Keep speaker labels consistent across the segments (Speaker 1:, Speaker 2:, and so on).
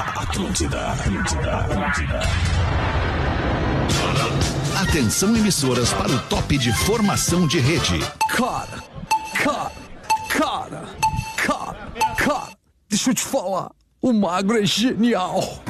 Speaker 1: Atlântida, Atlântida, Atlântida. Atenção emissoras para o top de formação de rede.
Speaker 2: Cara, cara, cara, cara, cara, deixa eu te falar, o magro é genial.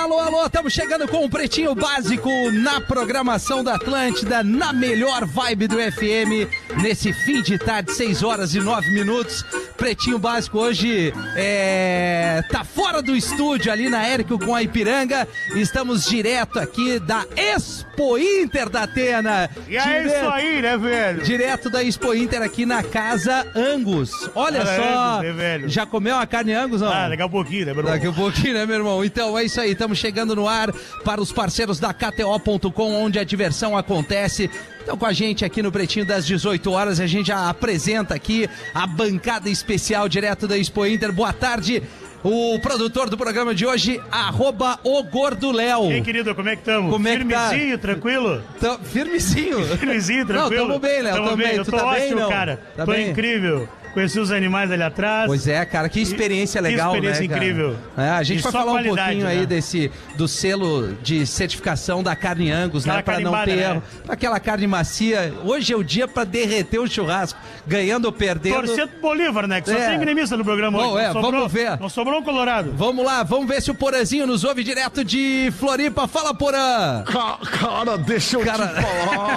Speaker 2: Alô, alô, estamos chegando com o Pretinho Básico na programação da Atlântida, na melhor vibe do FM, nesse fim de tarde, 6 horas e 9 minutos. Pretinho Básico hoje é, tá fora do estúdio ali na Érico com a Ipiranga. Estamos direto aqui da Expo Inter da Atena.
Speaker 3: E é
Speaker 2: Dire-
Speaker 3: isso aí, né, velho?
Speaker 2: Direto da Expo Inter aqui na Casa Angus. Olha
Speaker 3: Cara,
Speaker 2: só,
Speaker 3: Angus, né, velho?
Speaker 2: já comeu a carne Angus? Não?
Speaker 3: Ah, daqui a pouquinho, né, meu irmão?
Speaker 2: Daqui a pouquinho, né, meu irmão? Então é isso aí, estamos chegando no ar para os parceiros da KTO.com, onde a diversão acontece. Então, com a gente aqui no Pretinho das 18 horas, a gente já apresenta aqui a bancada especial direto da Expo Inter. Boa tarde, o produtor do programa de hoje, arroba o Gordo Léo.
Speaker 3: E aí, querido, como é que estamos?
Speaker 2: Como é que tá?
Speaker 3: Firmezinho, tranquilo?
Speaker 2: Tá firmezinho.
Speaker 3: Firmezinho, tranquilo?
Speaker 2: Não, tamo bem, Léo,
Speaker 3: Tamo
Speaker 2: tamo bem.
Speaker 3: Eu
Speaker 2: Tu
Speaker 3: tô
Speaker 2: tá bem,
Speaker 3: ótimo,
Speaker 2: não?
Speaker 3: cara.
Speaker 2: Tá
Speaker 3: tô
Speaker 2: bem?
Speaker 3: incrível. Conheci os animais ali atrás.
Speaker 2: Pois é, cara, que experiência
Speaker 3: Que
Speaker 2: legal,
Speaker 3: experiência
Speaker 2: né, cara?
Speaker 3: incrível.
Speaker 2: É, a gente
Speaker 3: E
Speaker 2: vai
Speaker 3: só
Speaker 2: falar um
Speaker 3: qualidade,
Speaker 2: pouquinho aí
Speaker 3: né?
Speaker 2: desse do selo de certificação da carne Angus, né,
Speaker 3: Aquela
Speaker 2: para não
Speaker 3: carimbada,
Speaker 2: ter
Speaker 3: né?
Speaker 2: erro, pra aquela carne macia. Hoje é o dia pra derreter o churrasco, ganhando ou perdendo.
Speaker 3: Torcer pro Bolívar, né? Que só
Speaker 2: É.
Speaker 3: tem gremista no programa
Speaker 2: Bom,
Speaker 3: hoje. Não
Speaker 2: é,
Speaker 3: sobrou-
Speaker 2: vamos ver.
Speaker 3: Não sobrou um colorado.
Speaker 2: Vamos lá, vamos ver se o Porazinho nos ouve direto de Floripa. Fala, Porã!
Speaker 4: Ca- Cara, deixa eu
Speaker 2: Cara-
Speaker 4: te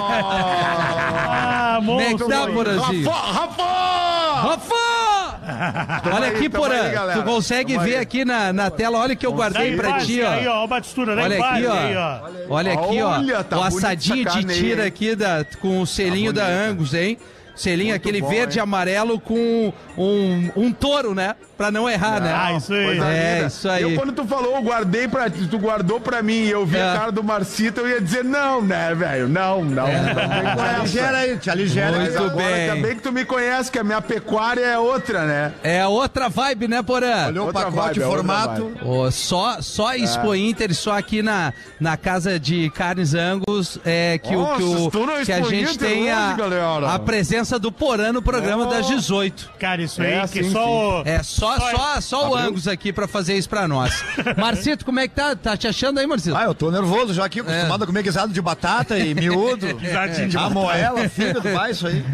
Speaker 4: falar.
Speaker 3: Ah,
Speaker 2: Como é que
Speaker 3: monstro.
Speaker 2: tá,
Speaker 3: aí.
Speaker 2: Porazinho?
Speaker 4: Rafa, Rafa!
Speaker 2: Rafa! Olha
Speaker 4: aí,
Speaker 2: aqui,
Speaker 4: tamo aí,
Speaker 2: Porã,
Speaker 4: galera.
Speaker 2: tu consegue
Speaker 4: Tamo
Speaker 2: ver
Speaker 4: aí.
Speaker 2: aqui na, na tela, olha o que eu guardei
Speaker 3: Daí
Speaker 2: pra
Speaker 3: vai,
Speaker 2: ti,
Speaker 3: Aí,
Speaker 2: ó.
Speaker 3: ó, a Batistura, daí
Speaker 2: Olha
Speaker 3: vai,
Speaker 2: aqui,
Speaker 3: aí,
Speaker 2: ó.
Speaker 3: ó.
Speaker 2: Olha aqui, ó.
Speaker 4: Olha, tá
Speaker 2: o
Speaker 4: bonito
Speaker 2: assadinho
Speaker 4: essa
Speaker 2: de
Speaker 4: carne aí,
Speaker 2: tira
Speaker 4: hein?
Speaker 2: aqui da, com o selinho
Speaker 4: Tá
Speaker 2: da
Speaker 4: bonita.
Speaker 2: Angus, hein? Selinho
Speaker 4: Muito
Speaker 2: aquele
Speaker 4: bom,
Speaker 2: verde e
Speaker 4: hein?
Speaker 2: amarelo com um, um touro, né? Pra não errar, né?
Speaker 3: Ah, isso aí.
Speaker 4: Coisa
Speaker 2: É,
Speaker 4: linda.
Speaker 2: isso aí.
Speaker 4: Eu, quando tu falou, eu guardei pra ti, tu guardou pra mim e eu vi
Speaker 2: É.
Speaker 4: a cara do Marcito, eu ia dizer, não, né, velho? Não, não. não vem com essa.
Speaker 5: aí, te aligera.
Speaker 4: Mas
Speaker 2: Muito
Speaker 4: agora,
Speaker 2: bem.
Speaker 4: Ainda bem que tu me conhece, que a minha pecuária é outra, né?
Speaker 2: É outra vibe, né, Porã?
Speaker 5: Olhou o
Speaker 4: Outra
Speaker 5: pacote,
Speaker 4: vibe, é
Speaker 5: o
Speaker 4: outra
Speaker 5: formato.
Speaker 2: Ô, só, só
Speaker 4: É.
Speaker 2: Expo Inter, só aqui na, na casa de carnes Angus, é que o que,
Speaker 4: Nossa,
Speaker 2: o,
Speaker 4: estou na
Speaker 2: que a
Speaker 4: Expo
Speaker 2: gente
Speaker 4: Inter
Speaker 2: tem a,
Speaker 4: hoje, galera.
Speaker 2: a presença do Porã no
Speaker 4: Ó.
Speaker 2: programa das 18.
Speaker 3: Cara, isso aí,
Speaker 4: É,
Speaker 3: que
Speaker 4: sim,
Speaker 3: só... o-
Speaker 2: É, só,
Speaker 3: Só-
Speaker 2: só, só o Angus aqui pra fazer isso pra nós. Marcito, como é que tá? Tá te achando aí, Marcito?
Speaker 5: Ah, eu tô nervoso já aqui, acostumado a comer guisado de batata e miúdo.
Speaker 3: Guisadinho de
Speaker 5: a
Speaker 3: batata.
Speaker 5: moela, filho do pai, isso aí.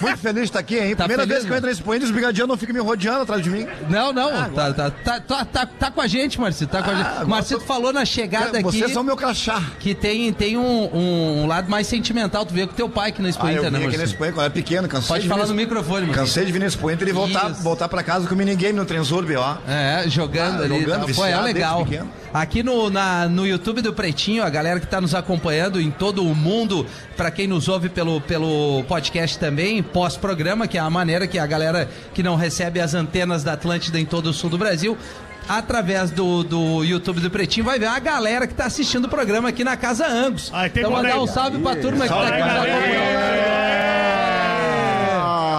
Speaker 5: Muito feliz de estar aqui, hein?
Speaker 2: Tá
Speaker 5: Primeira
Speaker 2: feliz,
Speaker 5: vez que eu entro nesse poente, os brigadianos não ficam me rodeando atrás de mim.
Speaker 2: Não, não.
Speaker 5: Ah,
Speaker 2: tá, tá, tá, tá, tá, tá com a gente, Marcito. Tá com a gente. Marcito falou na chegada aqui
Speaker 5: É, Vocês são meu crachá.
Speaker 2: que tem, tem um, um, um lado mais sentimental. Tu veio com teu pai que não Expo
Speaker 5: Ah, eu
Speaker 2: Inter, né,
Speaker 5: vim aqui nesse
Speaker 2: Marcito?
Speaker 5: poente, quando eu era pequeno, cansei
Speaker 2: Pode
Speaker 5: de
Speaker 2: falar
Speaker 5: vir
Speaker 2: no
Speaker 5: nesse-
Speaker 2: microfone, Marcito.
Speaker 5: Cansei de vir nesse poente e voltar,
Speaker 2: Isso.
Speaker 5: voltar pra casa com minigame no Trenzurbe, ó.
Speaker 2: É, jogando
Speaker 5: Ah,
Speaker 2: ali.
Speaker 5: jogando,
Speaker 2: Foi é
Speaker 5: viciado desde
Speaker 2: legal.
Speaker 5: pequeno.
Speaker 2: Aqui no, na- no YouTube do Pretinho, a galera que está nos acompanhando em todo o mundo, para quem nos ouve pelo, pelo podcast também, pós-programa, que é a maneira que a galera que não recebe as antenas da Atlântida em todo o sul do Brasil. Através do, do YouTube do Pretinho, vai ver a galera que está assistindo o programa aqui na Casa Angus.
Speaker 3: Ah, e tem
Speaker 2: então, mandar um
Speaker 3: boneco.
Speaker 2: salve pra turma que tá
Speaker 3: Fala
Speaker 2: aqui
Speaker 3: aí,
Speaker 2: nos
Speaker 3: galera.
Speaker 2: acompanhando.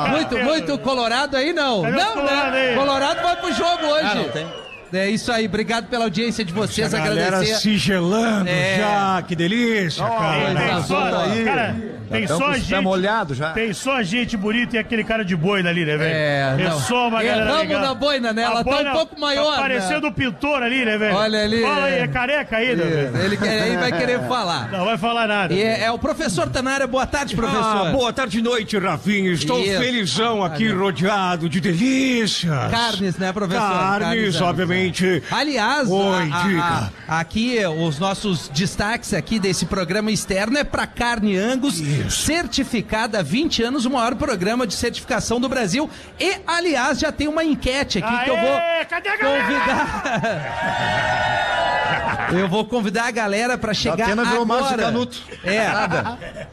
Speaker 2: Muito,
Speaker 3: Cadê-
Speaker 2: muito colorado aí, não.
Speaker 3: Cadê os
Speaker 2: não,
Speaker 3: colorado
Speaker 2: né?
Speaker 3: aí?
Speaker 2: Colorado vai pro jogo
Speaker 6: Ah,
Speaker 2: hoje. É isso aí, obrigado pela audiência de vocês,
Speaker 6: A galera
Speaker 2: agradecer.
Speaker 6: se gelando
Speaker 2: É.
Speaker 6: já, que delícia,
Speaker 3: Tem,
Speaker 6: cara.
Speaker 3: tem
Speaker 2: Mas
Speaker 3: só,
Speaker 2: vamos
Speaker 5: aí.
Speaker 3: cara,
Speaker 2: Tá
Speaker 3: tem
Speaker 5: Então,
Speaker 3: só
Speaker 5: com os pés
Speaker 3: gente...
Speaker 5: molhado já.
Speaker 3: Tem só gente bonita e aquele cara de boina ali, né, velho?
Speaker 2: É, não.
Speaker 3: só uma
Speaker 2: É,
Speaker 3: galera
Speaker 2: vamos
Speaker 3: legal.
Speaker 2: na boina, né?
Speaker 3: A
Speaker 2: Ela tá um
Speaker 3: boina
Speaker 2: pouco maior, né?
Speaker 3: Tá parecendo o pintor ali, né, velho?
Speaker 2: Olha ali,
Speaker 3: Fala aí,
Speaker 2: é.
Speaker 3: é careca ainda, velho?
Speaker 2: Ele, quer- ele vai querer falar.
Speaker 3: Não vai falar nada.
Speaker 2: E é, é o professor Tanara, boa tarde, professor.
Speaker 6: Ah, boa tarde e noite, Rafinha. Estou
Speaker 2: Isso.
Speaker 6: felizão aqui,
Speaker 2: Olha.
Speaker 6: rodeado de delícias.
Speaker 2: Carnes, né, professor?
Speaker 6: Carnes,
Speaker 2: Carnes, é.
Speaker 6: obviamente.
Speaker 2: Aliás,
Speaker 6: Oi,
Speaker 2: a- a-
Speaker 6: diga.
Speaker 2: a- aqui os nossos destaques aqui desse programa externo é para carne Angus, certificada há 20 anos, o maior programa de certificação do Brasil. E, aliás, já tem uma enquete aqui que eu vou
Speaker 3: Aê, cadê a galera?
Speaker 2: convidar. Eu vou convidar a galera para chegar
Speaker 5: Datena virou Márcio
Speaker 2: agora.
Speaker 5: Canuto.
Speaker 2: É.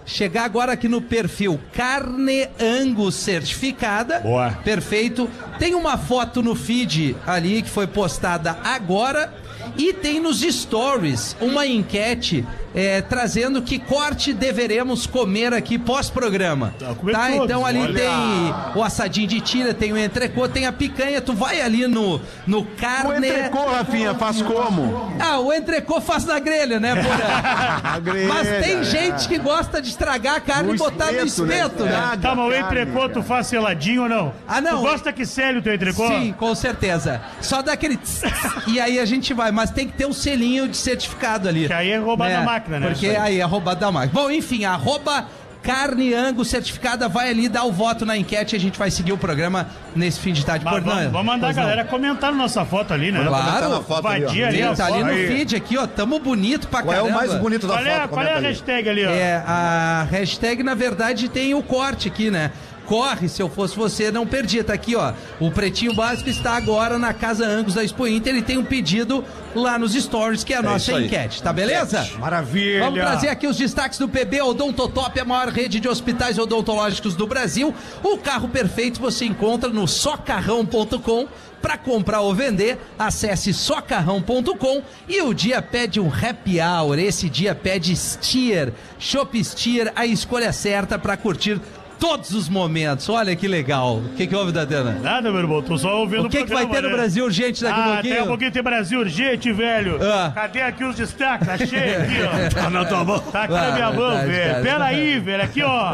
Speaker 2: Chegar agora aqui no perfil Carne Angus certificada.
Speaker 3: Boa.
Speaker 2: Perfeito. Tem uma foto no feed ali que foi postada agora e tem nos stories uma enquete é, trazendo que corte deveremos comer aqui pós-programa.
Speaker 3: Tá, comer
Speaker 2: Tá,
Speaker 3: todos,
Speaker 2: então ali
Speaker 3: olha.
Speaker 2: tem o assadinho de tira, tem o entrecô, tem a picanha. Tu vai ali no, no
Speaker 4: O
Speaker 2: carne.
Speaker 4: entrecô, Rafinha, faz como?
Speaker 2: Ah, o entrecô faz na grelha, né, Porã?
Speaker 4: A grelha,
Speaker 2: Mas
Speaker 5: É,
Speaker 2: tem
Speaker 4: né?
Speaker 2: gente que gosta de estragar a carne
Speaker 4: No
Speaker 2: e botar no
Speaker 4: espeto, né?
Speaker 2: espeto, né?
Speaker 5: É,
Speaker 4: Nada,
Speaker 3: Tá, mas o
Speaker 4: carne,
Speaker 3: entrecô tu
Speaker 4: cara.
Speaker 3: faz seladinho ou não?
Speaker 2: Ah, não.
Speaker 3: Tu gosta que selle o teu entrecô?
Speaker 2: Sim, com certeza. Só dá aquele tss, tss, e aí a gente vai, mas tem que ter um selinho de certificado ali.
Speaker 3: Que aí é roubado da máquina, né?
Speaker 2: Porque
Speaker 3: Isso aí.
Speaker 2: aí é roubado da máquina. Bom, enfim, arroba carne ango certificada, vai ali dar o voto na enquete e a gente vai seguir o programa nesse fim de tarde.
Speaker 3: Mas
Speaker 2: Por-
Speaker 3: vamos,
Speaker 2: não,
Speaker 3: vamos mandar a
Speaker 2: pois não.
Speaker 3: galera comentar na nossa foto ali, né?
Speaker 2: Claro.
Speaker 5: Tá na foto ali, ó.
Speaker 3: Vadia ali,
Speaker 2: Sim,
Speaker 3: a
Speaker 2: tá ali
Speaker 3: foto.
Speaker 2: no
Speaker 3: Aí.
Speaker 2: feed aqui, ó. Tamo bonito pra
Speaker 5: Qual é
Speaker 2: caramba.
Speaker 5: o mais bonito da
Speaker 3: Qual é,
Speaker 5: foto?
Speaker 3: qual é a
Speaker 5: Comenta aí.
Speaker 3: hashtag ali, ó?
Speaker 2: É, a hashtag, na verdade, tem o corte aqui, né? Corre, se eu fosse você, não perdia. Tá aqui, ó. O Pretinho Básico está agora na Casa Angus da Expo Inter e tem um pedido lá nos stories, que é a nossa
Speaker 5: isso aí.
Speaker 2: enquete, tá beleza?
Speaker 6: Maravilha.
Speaker 2: Vamos trazer aqui os destaques do PB Odontotop, a maior rede de hospitais odontológicos do Brasil. O carro perfeito você encontra no socarrão.com. Para comprar ou vender, acesse socarrão.com e o dia pede um happy hour. Esse dia pede Steer, Shop Steer, a escolha certa para curtir todos os momentos. Olha que legal. O que, que houve, Dadana?
Speaker 3: Nada, meu irmão, tô só ouvindo
Speaker 2: O que, que vai
Speaker 3: programa,
Speaker 2: ter no
Speaker 3: né?
Speaker 2: Brasil urgente daqui a
Speaker 3: Ah, daqui a
Speaker 2: pouquinho?
Speaker 3: pouquinho tem Brasil urgente, velho.
Speaker 2: Ah.
Speaker 3: Cadê aqui os destaques? Achei aqui, ó.
Speaker 6: Tá na tua mão.
Speaker 3: Tá aqui
Speaker 2: Ah,
Speaker 3: na minha mão,
Speaker 2: verdade, cara.
Speaker 3: velho. Pera aí, velho. Aqui, ó.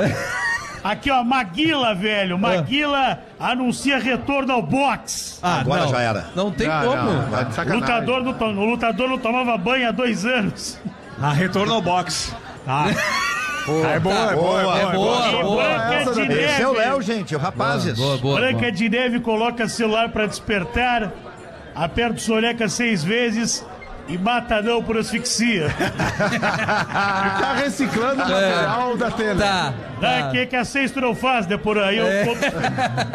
Speaker 3: Aqui, ó. Maguila,
Speaker 2: Ah.
Speaker 3: velho. Maguila anuncia retorno ao boxe.
Speaker 2: Ah,
Speaker 5: Agora
Speaker 2: não.
Speaker 5: já era.
Speaker 2: Não tem
Speaker 4: Não,
Speaker 2: como.
Speaker 4: não, tá de sacanagem.
Speaker 3: Lutador não to- o lutador não tomava banho há dois anos.
Speaker 6: Ah, retorno ao box. Tá.
Speaker 2: Ah, é boa, é
Speaker 5: boa, é boa, é
Speaker 2: boa,
Speaker 3: E
Speaker 2: boa.
Speaker 3: Branca de
Speaker 5: Esse é o Léo,
Speaker 3: Neve.
Speaker 5: gente, o rapazes.
Speaker 2: Boa, boa, boa.
Speaker 3: Branca de Neve coloca celular pra despertar, aperta o soneca seis vezes e mata não por asfixia.
Speaker 4: Tá reciclando o material da tela.
Speaker 2: É. Tá.
Speaker 3: Tá, que, que a seis tu não faz, né? Por aí eu.
Speaker 2: É.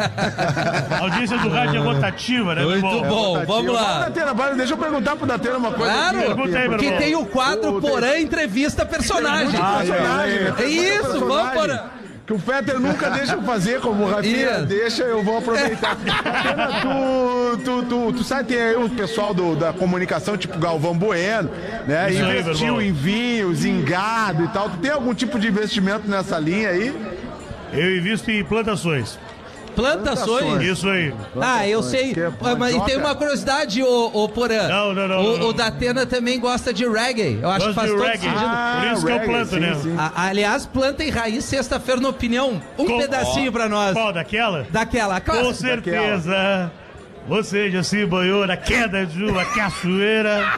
Speaker 3: A audiência do rádio é rotativa, né, meu
Speaker 2: Muito
Speaker 4: É
Speaker 3: irmão?
Speaker 2: bom, vamos lá.
Speaker 4: Datena, para- deixa eu perguntar pro Datena uma coisa.
Speaker 2: Claro,
Speaker 3: Pergunta aí, meu
Speaker 2: que
Speaker 3: irmão.
Speaker 2: tem o quadro
Speaker 4: Ô,
Speaker 2: Porã entrevista personagem.
Speaker 4: Ah,
Speaker 2: é,
Speaker 4: personagem, né? Tem muita
Speaker 2: isso, vamos
Speaker 4: personagem
Speaker 2: para.
Speaker 4: Que o Fetter nunca deixa eu fazer, como o Rafinha
Speaker 2: Isso.
Speaker 4: deixa, eu vou
Speaker 2: É,
Speaker 4: aproveitar. Datena, tu, tu, tu, tu sabe, tem aí o pessoal do- da comunicação, tipo Galvão Bueno, né?
Speaker 3: Isso aí, meu
Speaker 4: Investiu
Speaker 3: irmão.
Speaker 4: em vinhos, em gado e tal. Tu tem algum tipo de investimento nessa linha aí?
Speaker 3: Eu invisto em plantações.
Speaker 2: Plantações.
Speaker 3: Isso aí.
Speaker 2: Ah, eu sei.
Speaker 4: Que é
Speaker 2: Ah, mas- e tem
Speaker 4: mandioca.
Speaker 2: uma curiosidade, ô, ô Porã.
Speaker 3: Não, não, não,
Speaker 2: O,
Speaker 3: não.
Speaker 2: o Datena também gosta de reggae. Eu acho que faz
Speaker 3: Gosto de
Speaker 2: todo
Speaker 3: reggae.
Speaker 2: sentido.
Speaker 3: Por isso que eu planto,
Speaker 4: Ah, sim,
Speaker 3: né?
Speaker 4: sim.
Speaker 2: A- aliás, planta e raiz, sexta-feira, na opinião, um
Speaker 3: Com-
Speaker 2: pedacinho pra nós.
Speaker 3: Qual daquela?
Speaker 2: Daquela,
Speaker 3: Com
Speaker 2: clássica.
Speaker 3: certeza. Você já se banhou na queda de uma cachoeira.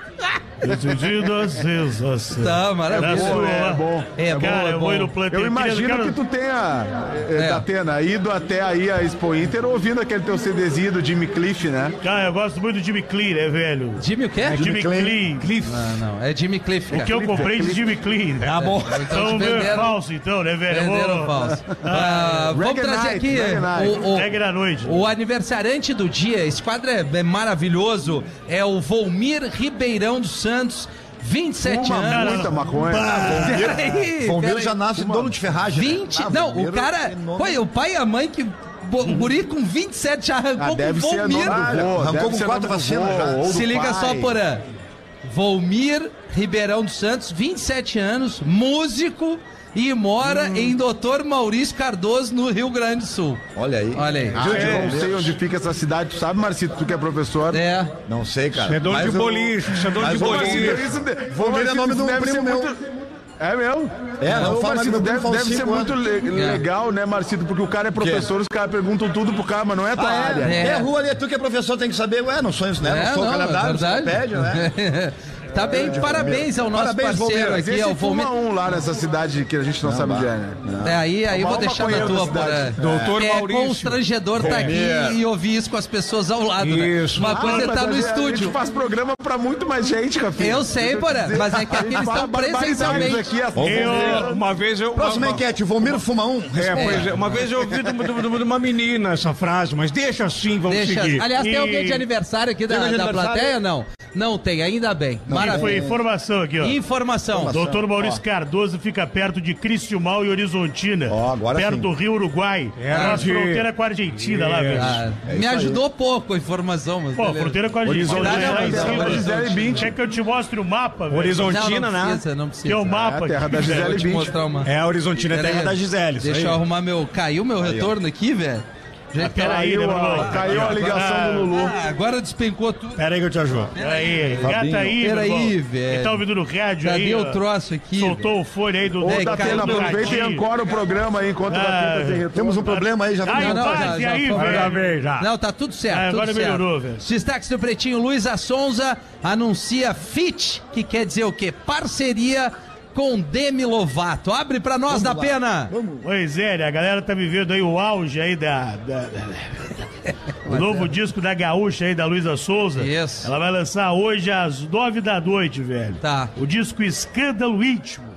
Speaker 3: Eu senti duas sensações.
Speaker 2: Tá,
Speaker 3: Da
Speaker 2: maravilha.
Speaker 3: sua-
Speaker 4: é bom.
Speaker 2: É bom, é
Speaker 3: Cara, eu
Speaker 2: bom.
Speaker 3: vou ir no plantinho.
Speaker 4: Eu imagino
Speaker 3: Queria-
Speaker 4: que tu tenha,
Speaker 2: É.
Speaker 4: é. Datena, ido até aí a Expo Inter ouvindo aquele teu CDzinho do Jimmy Cliff, né?
Speaker 3: Cara, eu gosto muito do Jimmy Clean, né, velho?
Speaker 2: Jimmy o quê?
Speaker 3: Jimmy Clean.
Speaker 2: Não, não, é Jimmy Cliff, cara.
Speaker 3: O que eu comprei de Jimmy Clean. né?
Speaker 2: Tá bom.
Speaker 3: Então, meu é falso, então, né, velho? Eu vou-
Speaker 2: Venderam falso. Ah, vamos
Speaker 4: Reggae
Speaker 2: trazer
Speaker 4: Night,
Speaker 2: aqui
Speaker 4: Reggae Night.
Speaker 3: Reggae da noite.
Speaker 2: o, o, o aniversariante do dia. Esse quadro é, é maravilhoso. É o Volmir Ribeirão dos Santos, 27
Speaker 4: Uma
Speaker 2: anos.
Speaker 4: muita maconha.
Speaker 2: Peraí,
Speaker 5: Bombeiro
Speaker 2: peraí.
Speaker 4: tá
Speaker 5: já nasce dono de ferragem. né?
Speaker 2: 20.
Speaker 5: Ah,
Speaker 2: não, o
Speaker 5: bombeiro
Speaker 2: cara.
Speaker 5: é nome-
Speaker 2: Foi o pai e a mãe que. bo- O guri com 27 já
Speaker 4: Uhum. Ah,
Speaker 2: arrancou
Speaker 4: deve
Speaker 2: com o
Speaker 4: ser a
Speaker 2: Volmir.
Speaker 4: nova
Speaker 5: Arrancou com quatro vacinas já.
Speaker 2: Se liga só, Porã. Volmir Ribeirão dos Santos, 27 anos, músico e mora
Speaker 4: Hum.
Speaker 2: em Doutor Maurício Cardoso, no Rio Grande do Sul.
Speaker 5: Olha aí.
Speaker 2: Olha aí.
Speaker 5: Ah,
Speaker 4: Eu
Speaker 5: é.
Speaker 4: não sei onde fica essa cidade, tu sabe, Marcito, tu que é professor.
Speaker 2: É.
Speaker 5: Não sei, cara.
Speaker 6: É dono
Speaker 5: Mas
Speaker 6: de
Speaker 5: eu-
Speaker 6: boliche, isso é dono
Speaker 5: mas
Speaker 6: de
Speaker 4: um
Speaker 5: eu-
Speaker 6: boliche.
Speaker 5: Vou ver o nome do primo meu.
Speaker 4: É meu?
Speaker 5: É, não
Speaker 4: Ô,
Speaker 5: fala
Speaker 4: Marcito,
Speaker 5: meu primo
Speaker 4: deve,
Speaker 5: faz
Speaker 4: deve ser
Speaker 5: cinco
Speaker 4: muito
Speaker 5: anos.
Speaker 4: le-
Speaker 2: É.
Speaker 4: legal, né, Marcito? Porque o cara é professor, os caras perguntam tudo pro cara, mas não é a tua área.
Speaker 2: É.
Speaker 5: É. a rua ali, tu que é professor tem que saber. Ué, não sou isso, né?
Speaker 2: É,
Speaker 5: não sou
Speaker 2: não, é
Speaker 5: calendário,
Speaker 2: verdade.
Speaker 5: pede, né?
Speaker 2: Tá bem, parabéns ao nosso
Speaker 5: Parabéns,
Speaker 2: parceiro
Speaker 5: Volmir.
Speaker 4: Mas
Speaker 2: aqui,
Speaker 4: esse
Speaker 2: ao
Speaker 4: fuma
Speaker 2: Volmir.
Speaker 4: um lá nessa cidade que a gente não, sabe onde é, né?
Speaker 2: É, aí aí eu vou
Speaker 4: maior
Speaker 2: deixar na
Speaker 4: maconheiro
Speaker 2: tua,
Speaker 4: da cidade.
Speaker 2: Porã.
Speaker 6: Doutor
Speaker 2: é
Speaker 6: Maurício.
Speaker 2: constrangedor estar aqui e ouvir isso com as pessoas ao lado, né?
Speaker 6: Isso.
Speaker 2: Uma coisa é
Speaker 4: Ah, mas
Speaker 2: tá
Speaker 4: a
Speaker 2: no
Speaker 4: gente- A gente
Speaker 2: estúdio.
Speaker 4: faz programa pra muito mais gente, Rafinha.
Speaker 2: Eu sei, Porã, mas é que
Speaker 4: A gente
Speaker 2: aqui eles
Speaker 4: fala
Speaker 2: estão
Speaker 4: barbaridades
Speaker 2: presencialmente.
Speaker 4: Aqui, assim. as
Speaker 6: Eu, uma vez eu.
Speaker 5: Próxima
Speaker 6: uma,
Speaker 5: enquete, Vomiro fuma um.
Speaker 6: é,
Speaker 5: Responde.
Speaker 6: pois é, uma vez eu ouvi de, uma- de uma- de uma menina essa frase, mas deixa assim, vamos
Speaker 2: Deixa.
Speaker 6: seguir.
Speaker 2: Aliás, tem
Speaker 3: E-
Speaker 2: alguém de aniversário aqui da,
Speaker 5: alguém de
Speaker 2: da
Speaker 5: aniversário?
Speaker 2: plateia? Não. Não tem, ainda bem.
Speaker 5: Não
Speaker 3: Aqui foi
Speaker 2: Maravilha.
Speaker 3: informação aqui, ó.
Speaker 2: Informação.
Speaker 3: Doutor Maurício Cardoso fica perto de Cristiumal e Horizontina.
Speaker 5: Ó, agora
Speaker 3: perto
Speaker 5: sim.
Speaker 3: do Rio Uruguai.
Speaker 6: É,
Speaker 3: Nossa
Speaker 6: de-
Speaker 3: fronteira com a Argentina lá, velho.
Speaker 2: Ah,
Speaker 5: É
Speaker 2: me
Speaker 5: isso aí.
Speaker 2: ajudou pouco a informação, mas.
Speaker 3: Pô,
Speaker 2: beleza.
Speaker 3: fronteira com a Argentina.
Speaker 4: Horizontina,
Speaker 3: lá em
Speaker 2: mas
Speaker 3: cima.
Speaker 2: é
Speaker 4: da Gisele Bündchen.
Speaker 3: Quer que eu te mostre o mapa, velho?
Speaker 6: Horizontina,
Speaker 2: não, não
Speaker 6: né?
Speaker 2: precisa, não precisa.
Speaker 3: Que é o mapa
Speaker 4: É a terra
Speaker 3: aqui,
Speaker 4: da
Speaker 2: Vou
Speaker 3: velho.
Speaker 4: Gisele
Speaker 2: te
Speaker 4: Bündchen.
Speaker 2: mostrar uma.
Speaker 6: É, a Horizontina é
Speaker 2: Pera
Speaker 6: terra
Speaker 2: aí,
Speaker 6: da Gisele. isso
Speaker 2: Deixa
Speaker 6: aí.
Speaker 2: eu arrumar meu. Caiu meu retorno aqui, velho? Já que
Speaker 3: Pera aí, né,
Speaker 4: Caiu
Speaker 3: Bruno?
Speaker 4: a, caiu a ligação do Lulu.
Speaker 2: Ah, agora despencou tudo.
Speaker 6: Pera aí que eu te ajudo.
Speaker 3: Peraí, gata aí, meu
Speaker 2: Peraí,
Speaker 3: irmão.
Speaker 2: velho.
Speaker 3: Quem tá ouvindo no rádio
Speaker 2: Cadê
Speaker 3: aí?
Speaker 2: o
Speaker 3: ó,
Speaker 2: troço aqui,
Speaker 3: Soltou o fone aí do...
Speaker 4: Ô,
Speaker 2: É,
Speaker 4: da
Speaker 2: caiu
Speaker 4: Datena,
Speaker 2: no
Speaker 4: aproveita e
Speaker 3: radinho.
Speaker 4: ancora o programa aí enquanto a
Speaker 3: Ah,
Speaker 4: Datena tem retorno.
Speaker 5: Temos um problema aí, já
Speaker 3: Ai,
Speaker 5: vamos-
Speaker 2: não,
Speaker 3: base
Speaker 2: já- já
Speaker 3: aí,
Speaker 2: foi.
Speaker 3: velho.
Speaker 2: Já
Speaker 6: veio, já.
Speaker 2: Não, tá tudo certo.
Speaker 3: Ah, agora
Speaker 2: tudo certo.
Speaker 3: melhorou, velho.
Speaker 2: Os Destaques do Pretinho, Luísa Sonza anuncia fit, que quer dizer o quê? Parceria com Demi Lovato. Abre pra nós, da pena.
Speaker 3: Pois é, né? a galera tá vivendo aí o auge aí da. da- da- o novo disco da gaúcha aí, da Luísa Souza.
Speaker 2: Isso.
Speaker 3: Ela vai lançar hoje às nove da noite, velho.
Speaker 2: Tá.
Speaker 3: O disco Escândalo Íntimo.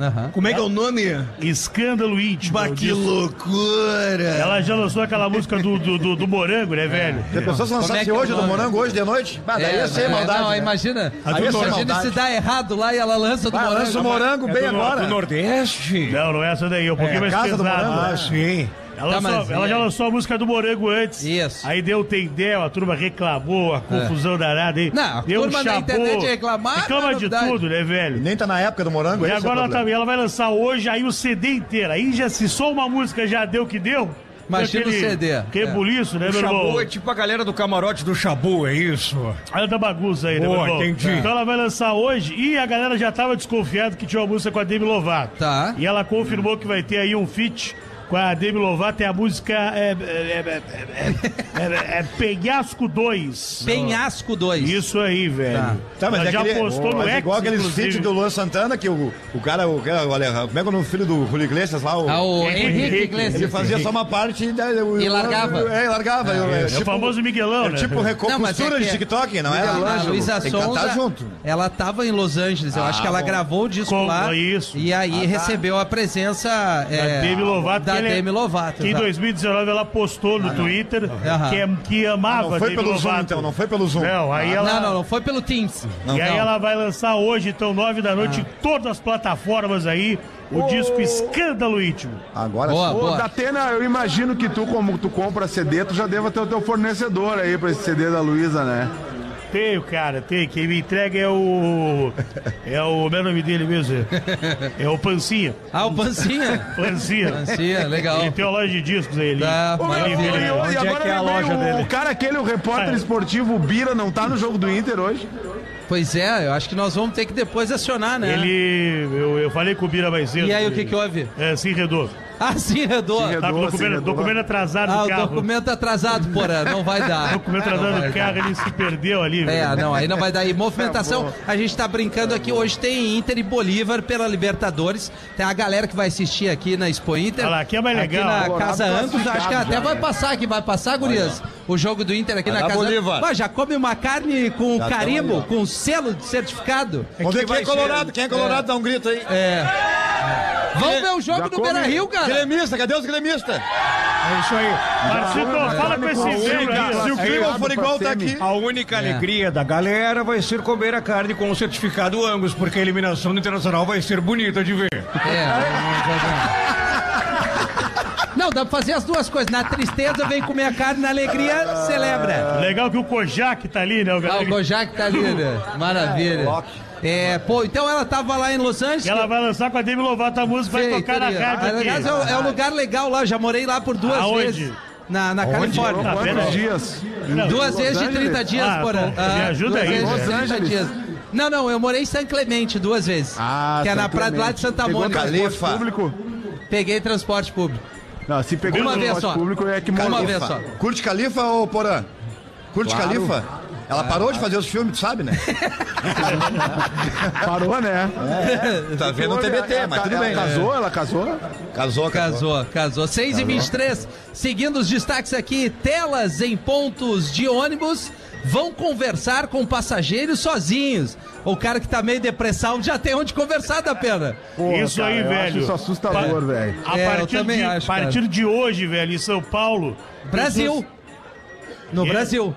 Speaker 2: Aham.
Speaker 6: Como é que é o nome?
Speaker 3: Escândalo Íntimo. é o disco.
Speaker 6: loucura!
Speaker 3: Ela já lançou aquela música do, do, do- do Morango, né, velho?
Speaker 5: Já pensou se
Speaker 2: Como é que
Speaker 5: lançasse
Speaker 2: é o
Speaker 5: hoje, do
Speaker 2: nome?
Speaker 5: Morango, hoje de noite? Ah, daí
Speaker 2: É,
Speaker 5: ia ser
Speaker 2: né?
Speaker 5: maldade.
Speaker 2: Não,
Speaker 5: né?
Speaker 2: imagina.
Speaker 5: Aí ia ser
Speaker 2: Imagina
Speaker 5: maldade.
Speaker 2: se dá errado lá e ela lança do
Speaker 5: Ah,
Speaker 2: morango.
Speaker 5: lança o Morango bem agora.
Speaker 6: Do Nordeste?
Speaker 3: Não, não é essa daí, é um pouquinho mais
Speaker 5: Casa do
Speaker 3: pesado.
Speaker 5: Morango,
Speaker 3: né?
Speaker 5: é.
Speaker 6: Ah, sim.
Speaker 3: Ela,
Speaker 2: Tá,
Speaker 3: lançou-
Speaker 2: mas
Speaker 3: ela
Speaker 2: e
Speaker 3: já
Speaker 2: aí?
Speaker 3: lançou a música do Morango antes.
Speaker 2: Isso. É.
Speaker 3: Aí deu o Tendel, a turma reclamou, a confusão danada aí.
Speaker 2: Não, a
Speaker 3: deu um
Speaker 2: turma na internet reclamar,
Speaker 3: Reclama de
Speaker 2: novidade.
Speaker 3: tudo, né, velho?
Speaker 5: Nem tá na época do Morango,
Speaker 3: E
Speaker 5: esse é o
Speaker 3: agora ela,
Speaker 5: problema.
Speaker 3: tá- ela vai lançar hoje aí o CD inteiro. Aí já se só uma música já deu o que deu.
Speaker 2: Imagina
Speaker 3: Aquele
Speaker 2: o é. CD.
Speaker 3: Rebuliço, né,
Speaker 6: O
Speaker 3: meu
Speaker 6: Xabu é
Speaker 3: irmão?
Speaker 6: tipo a galera do camarote do Xabu, é isso?
Speaker 3: Olha da bagunça aí, né, meu
Speaker 6: Boa,
Speaker 3: irmão?
Speaker 6: entendi.
Speaker 3: Então ela vai lançar hoje e a galera já tava desconfiada que tinha uma música com a Demi Lovato.
Speaker 2: Tá.
Speaker 3: E ela confirmou que vai ter aí um feat com a Demi Lovato é a música é, é, é, é, é, é, Penhasco 2.
Speaker 2: Penhasco 2.
Speaker 3: Isso aí, velho.
Speaker 2: Tá.
Speaker 5: Tá, mas
Speaker 3: ela
Speaker 5: é
Speaker 3: já
Speaker 5: aquele,
Speaker 3: postou no
Speaker 5: mas
Speaker 3: X,
Speaker 5: igual aqueles
Speaker 3: inclusive.
Speaker 5: vídeos do Luan Santana, que o, o cara, o, cara, o Ale- como é que é o nome do filho do Julio Iglesias lá? O,
Speaker 2: Ah, o
Speaker 3: Henrique
Speaker 2: Henrique
Speaker 5: ele
Speaker 2: Iglesias.
Speaker 5: fazia só uma parte e, daí o-
Speaker 2: E largava.
Speaker 5: É, e largava. eu-
Speaker 3: É o famoso Miguelão,
Speaker 5: É
Speaker 3: né?
Speaker 5: tipo reco-
Speaker 2: Não, mas
Speaker 5: costura
Speaker 2: é que
Speaker 5: de
Speaker 2: é-
Speaker 5: TikTok, não é?
Speaker 2: A- a
Speaker 5: Michelangelo.
Speaker 2: Luísa
Speaker 5: Tem que cantar
Speaker 2: Sonza,
Speaker 5: junto. né? Ah,
Speaker 2: ela tava em Los Angeles, eu acho que ela gravou o disco
Speaker 3: Como
Speaker 2: lá
Speaker 3: isso?
Speaker 2: e aí
Speaker 5: tá.
Speaker 2: recebeu a presença é,
Speaker 3: Da Demi Lovato.
Speaker 2: da
Speaker 3: que ele- é
Speaker 2: Demi Lovato,
Speaker 3: Que em
Speaker 2: exato. Ah,
Speaker 3: 2019 ela postou no Twitter
Speaker 2: Aham.
Speaker 3: que, é- que amava
Speaker 5: Ah, Não foi
Speaker 3: Demi
Speaker 5: pelo
Speaker 3: Lovato.
Speaker 5: Zoom, então, não foi pelo Zoom.
Speaker 3: Não, aí ela...
Speaker 2: Ah, Não, não, não Ah. foi pelo Teams.
Speaker 3: E aí ela vai lançar hoje, então, nove da noite, em todas as plataformas aí, o
Speaker 2: Oh.
Speaker 3: disco Escândalo Íntimo.
Speaker 5: Agora
Speaker 2: Boa,
Speaker 5: sim.
Speaker 4: Ô,
Speaker 2: boa.
Speaker 4: Datena, eu imagino que tu, como tu compra CD, tu já deva ter o teu fornecedor aí pra esse CD da Luísa, né?
Speaker 3: Tenho, cara, tem. Quem me entrega é o... É o... Meu nome dele mesmo. é- É o Pancinha.
Speaker 2: Ah, o Pancinha.
Speaker 3: Pancinha.
Speaker 2: Pancinha, legal.
Speaker 3: Ele tem uma loja de discos aí. Ele...
Speaker 2: Tá,
Speaker 4: Ô, meu,
Speaker 2: maravilha.
Speaker 4: e- e-
Speaker 6: Onde
Speaker 4: e
Speaker 6: é
Speaker 4: agora
Speaker 6: que é a
Speaker 4: eu lembrei,
Speaker 6: loja
Speaker 4: o-
Speaker 6: dele?
Speaker 4: O cara aquele, o repórter
Speaker 3: Ah.
Speaker 4: esportivo, o Bira, não tá no jogo do Inter hoje?
Speaker 2: Pois é, eu acho que nós vamos ter que depois acionar, né?
Speaker 3: Ele... Eu, eu falei com o Bira mais cedo.
Speaker 2: E aí, o que que houve?
Speaker 3: É, se redor.
Speaker 2: Ah, sim, Redor.
Speaker 4: Sim, Redor.
Speaker 3: Tá com o
Speaker 4: Doce,
Speaker 3: documento,
Speaker 4: Redor.
Speaker 3: documento atrasado
Speaker 2: Ah,
Speaker 3: no
Speaker 2: o
Speaker 3: carro.
Speaker 2: documento atrasado, porra, não vai dar.
Speaker 3: documento
Speaker 2: Não
Speaker 3: atrasado
Speaker 2: vai
Speaker 3: no carro, ele se perdeu ali.
Speaker 2: É,
Speaker 3: velho.
Speaker 2: não, aí não vai dar. E movimentação,
Speaker 4: Tá
Speaker 2: a gente tá brincando aqui. Hoje tem Inter e Bolívar pela Libertadores. Tem a galera que vai assistir aqui na Expo Inter.
Speaker 3: Olha lá, aqui é mais legal.
Speaker 2: Aqui na
Speaker 4: Colorado
Speaker 2: Casa Angus, acho que
Speaker 4: classificado
Speaker 2: até
Speaker 4: já,
Speaker 2: vai
Speaker 4: né?
Speaker 2: passar aqui, vai passar, gurias. O jogo do Inter aqui
Speaker 5: Vai
Speaker 2: na
Speaker 5: lá,
Speaker 2: Casa
Speaker 5: Bolívar.
Speaker 2: Ué, já come uma carne com
Speaker 5: Já
Speaker 2: carimbo,
Speaker 5: tamo aí, ó.
Speaker 2: com selo de certificado.
Speaker 5: Vamos ver quem
Speaker 6: Quem vai
Speaker 5: é colorado. Quem é colorado, dá um grito aí.
Speaker 2: É. Vamos ver o
Speaker 4: já
Speaker 2: jogo do
Speaker 4: come-
Speaker 2: Beira Rio, cara.
Speaker 5: Gremista, cadê os gremistas?
Speaker 6: É isso aí.
Speaker 3: Marcito, fala com esse zebra aí. ó.
Speaker 5: Se o
Speaker 2: é
Speaker 5: clima
Speaker 4: Classificado
Speaker 5: for igual, tá
Speaker 4: pra
Speaker 5: aqui.
Speaker 4: semi.
Speaker 6: A única alegria da galera vai ser comer a carne com o certificado Angus, porque a eliminação do Internacional vai ser bonita de ver.
Speaker 2: É. Não, dá pra fazer as duas coisas. Na tristeza vem comer a carne, na alegria celebra.
Speaker 3: Legal que o Kojak tá ali, né? O
Speaker 2: Ah,
Speaker 3: galera
Speaker 2: o Gojak tá ali, né? Maravilha. É, pô, então ela tava lá em Los Angeles.
Speaker 3: E ela vai lançar com a Demi Lovato a música, vai
Speaker 2: Sei,
Speaker 3: tocar na
Speaker 2: queria.
Speaker 3: rádio aqui.
Speaker 2: Aliás, é, um- é um lugar legal lá, já morei lá por duas
Speaker 3: Aonde?
Speaker 2: vezes. Na, na
Speaker 4: Foram
Speaker 2: Califórnia.
Speaker 3: Tá vendo
Speaker 4: quantos
Speaker 3: aí?
Speaker 4: dias?
Speaker 2: Duas
Speaker 4: Los
Speaker 2: vezes de
Speaker 4: Angeles?
Speaker 2: 30 dias,
Speaker 3: Ah,
Speaker 2: Porã.
Speaker 3: pô, me ajuda
Speaker 2: duas
Speaker 3: aí,
Speaker 2: vezes
Speaker 4: né?
Speaker 2: de 30
Speaker 4: Los Angeles.
Speaker 2: dias. Não, não, eu morei em San Clemente duas vezes.
Speaker 4: Ah,
Speaker 2: que é na
Speaker 4: São
Speaker 2: praia lá de
Speaker 4: Clemente.
Speaker 2: Santa
Speaker 4: Pegou
Speaker 2: Mônica.
Speaker 5: Cali-
Speaker 4: transporte público?
Speaker 2: Peguei transporte público.
Speaker 4: Não, se pegou
Speaker 2: Uma vez
Speaker 4: transporte
Speaker 2: só.
Speaker 4: público é que
Speaker 2: Uma
Speaker 4: morreu.
Speaker 2: vez só.
Speaker 5: Curte Califa ou Porã? Curte
Speaker 4: Claro.
Speaker 5: Califa? Ela parou de fazer os filmes, tu sabe, né?
Speaker 4: Parou, né?
Speaker 5: Tá vendo no TBT, mas
Speaker 4: Ela-
Speaker 5: tudo
Speaker 4: ela
Speaker 5: bem.
Speaker 4: Casou, ela casou?
Speaker 5: É. Casou, casou.
Speaker 2: Casou, casou. 6 e 23 Seguindo os destaques aqui, telas em pontos de ônibus vão conversar com passageiros sozinhos. O cara que tá meio depressão já tem onde conversar tá, da pena.
Speaker 4: Pô,
Speaker 3: Isso aí,
Speaker 4: eu
Speaker 3: velho.
Speaker 4: Acho isso assustador, velho.
Speaker 3: A
Speaker 2: É, eu
Speaker 3: partir,
Speaker 2: também
Speaker 3: de,
Speaker 2: acho,
Speaker 3: a partir de hoje, velho, em São Paulo.
Speaker 2: Brasil. No
Speaker 3: É.
Speaker 2: Brasil.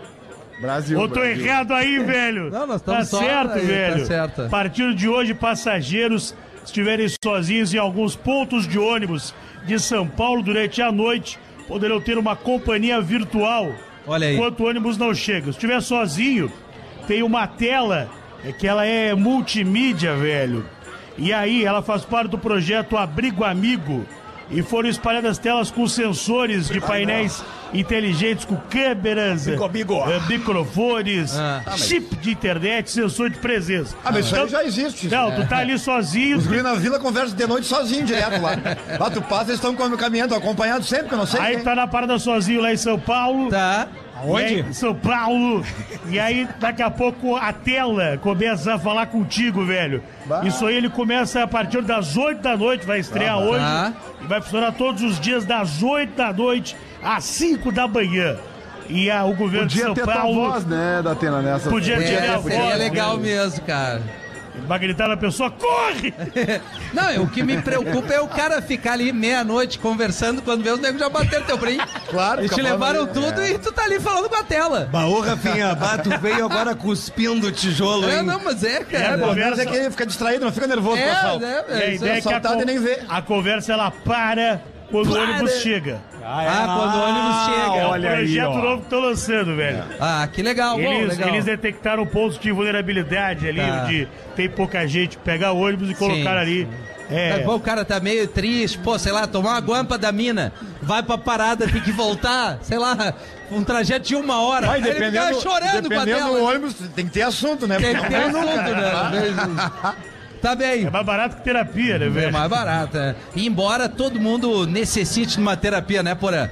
Speaker 4: Brasil.
Speaker 3: Ô, tô
Speaker 4: Brasil.
Speaker 3: errado aí, velho.
Speaker 2: Não, nós
Speaker 3: tá
Speaker 2: estamos só
Speaker 3: certo,
Speaker 2: aí, tá
Speaker 3: velho.
Speaker 2: certo.
Speaker 3: A partir de hoje, passageiros estiverem sozinhos em alguns pontos de ônibus de São Paulo durante a noite, poderão ter uma companhia virtual.
Speaker 2: Olha aí.
Speaker 3: Enquanto o ônibus não chega. Se estiver sozinho, tem uma tela é que ela é multimídia, velho. E aí, ela faz parte do projeto Abrigo Amigo. E foram espalhadas telas com sensores de painéis inteligentes, com câmeras, eh, microfones,
Speaker 2: Ah.
Speaker 3: chip de internet, sensor de presença.
Speaker 5: Ah, mas isso aí
Speaker 3: Então-
Speaker 5: já existe. isso.
Speaker 3: Não, tu tá ali sozinho.
Speaker 5: Os guri na vila conversam de noite sozinho, direto lá. Lá tu passa, eles estão caminhando, acompanhados sempre, que eu não sei
Speaker 3: Aí
Speaker 5: quem.
Speaker 3: tá na parada sozinho lá em São Paulo.
Speaker 2: Tá.
Speaker 3: E aí, em São Paulo. E aí, daqui a pouco, a tela começa a falar contigo, velho. Isso aí ele começa a partir das 8 da noite, vai estrear hoje.
Speaker 2: Tá.
Speaker 3: E vai funcionar todos os dias, das 8 da noite às 5 da manhã. E a- o governo de
Speaker 4: Podia
Speaker 3: São
Speaker 4: ter tua
Speaker 3: Paulo.
Speaker 4: voz, né, da Atena, nessa.
Speaker 3: Podia
Speaker 2: É,
Speaker 3: ter a voz.
Speaker 2: seria legal
Speaker 3: velho.
Speaker 2: mesmo, cara.
Speaker 3: Vai gritar na pessoa, corre!
Speaker 2: Não, o que me preocupa é o cara ficar ali meia-noite conversando quando vê os negros já bateram teu brinco.
Speaker 5: Claro,
Speaker 2: E te
Speaker 5: fica
Speaker 2: levaram
Speaker 5: falando
Speaker 2: tudo e tu tá ali falando com a tela.
Speaker 6: Baú, Rafinha, bah, tu veio agora cuspindo tijolo,
Speaker 2: É,
Speaker 6: hein?
Speaker 2: não, mas é,
Speaker 3: É,
Speaker 2: cara.
Speaker 5: Pelo menos é que ele fica distraído, não fica nervoso
Speaker 2: É,
Speaker 5: com o assalto.
Speaker 2: né,
Speaker 3: E a
Speaker 2: velho?
Speaker 3: ideia é que a,
Speaker 5: assaltado e nem vê.
Speaker 3: a conversa ela para quando o
Speaker 2: Para.
Speaker 3: ônibus chega.
Speaker 2: Ah, quando o ônibus chega.
Speaker 3: é um projeto novo que estão lançando, velho.
Speaker 2: Ah, que legal, bom,
Speaker 3: Eles,
Speaker 2: legal.
Speaker 5: é-
Speaker 3: eles detectaram pontos de vulnerabilidade ali,
Speaker 2: Tá.
Speaker 3: onde tem pouca gente, pegar ônibus e colocar ali.
Speaker 2: É
Speaker 3: É,
Speaker 2: bom, o cara tá meio triste, pô, sei lá, tomar uma guampa da mina, vai pra parada, tem que voltar, sei lá, um trajeto de uma hora.
Speaker 5: Vai,
Speaker 2: Aí ele fica
Speaker 5: dependendo,
Speaker 2: chorando com a
Speaker 5: dependendo do
Speaker 2: tela.
Speaker 5: ônibus, tem que ter assunto, né?
Speaker 2: né? Tem
Speaker 5: Porque
Speaker 2: que ter
Speaker 5: não vai
Speaker 2: assunto,
Speaker 5: nunca.
Speaker 2: né? Tá bem.
Speaker 3: é mais barato que terapia, né,
Speaker 2: É
Speaker 3: velho?
Speaker 2: mais barata. Embora todo mundo necessite de uma terapia, né, Porã?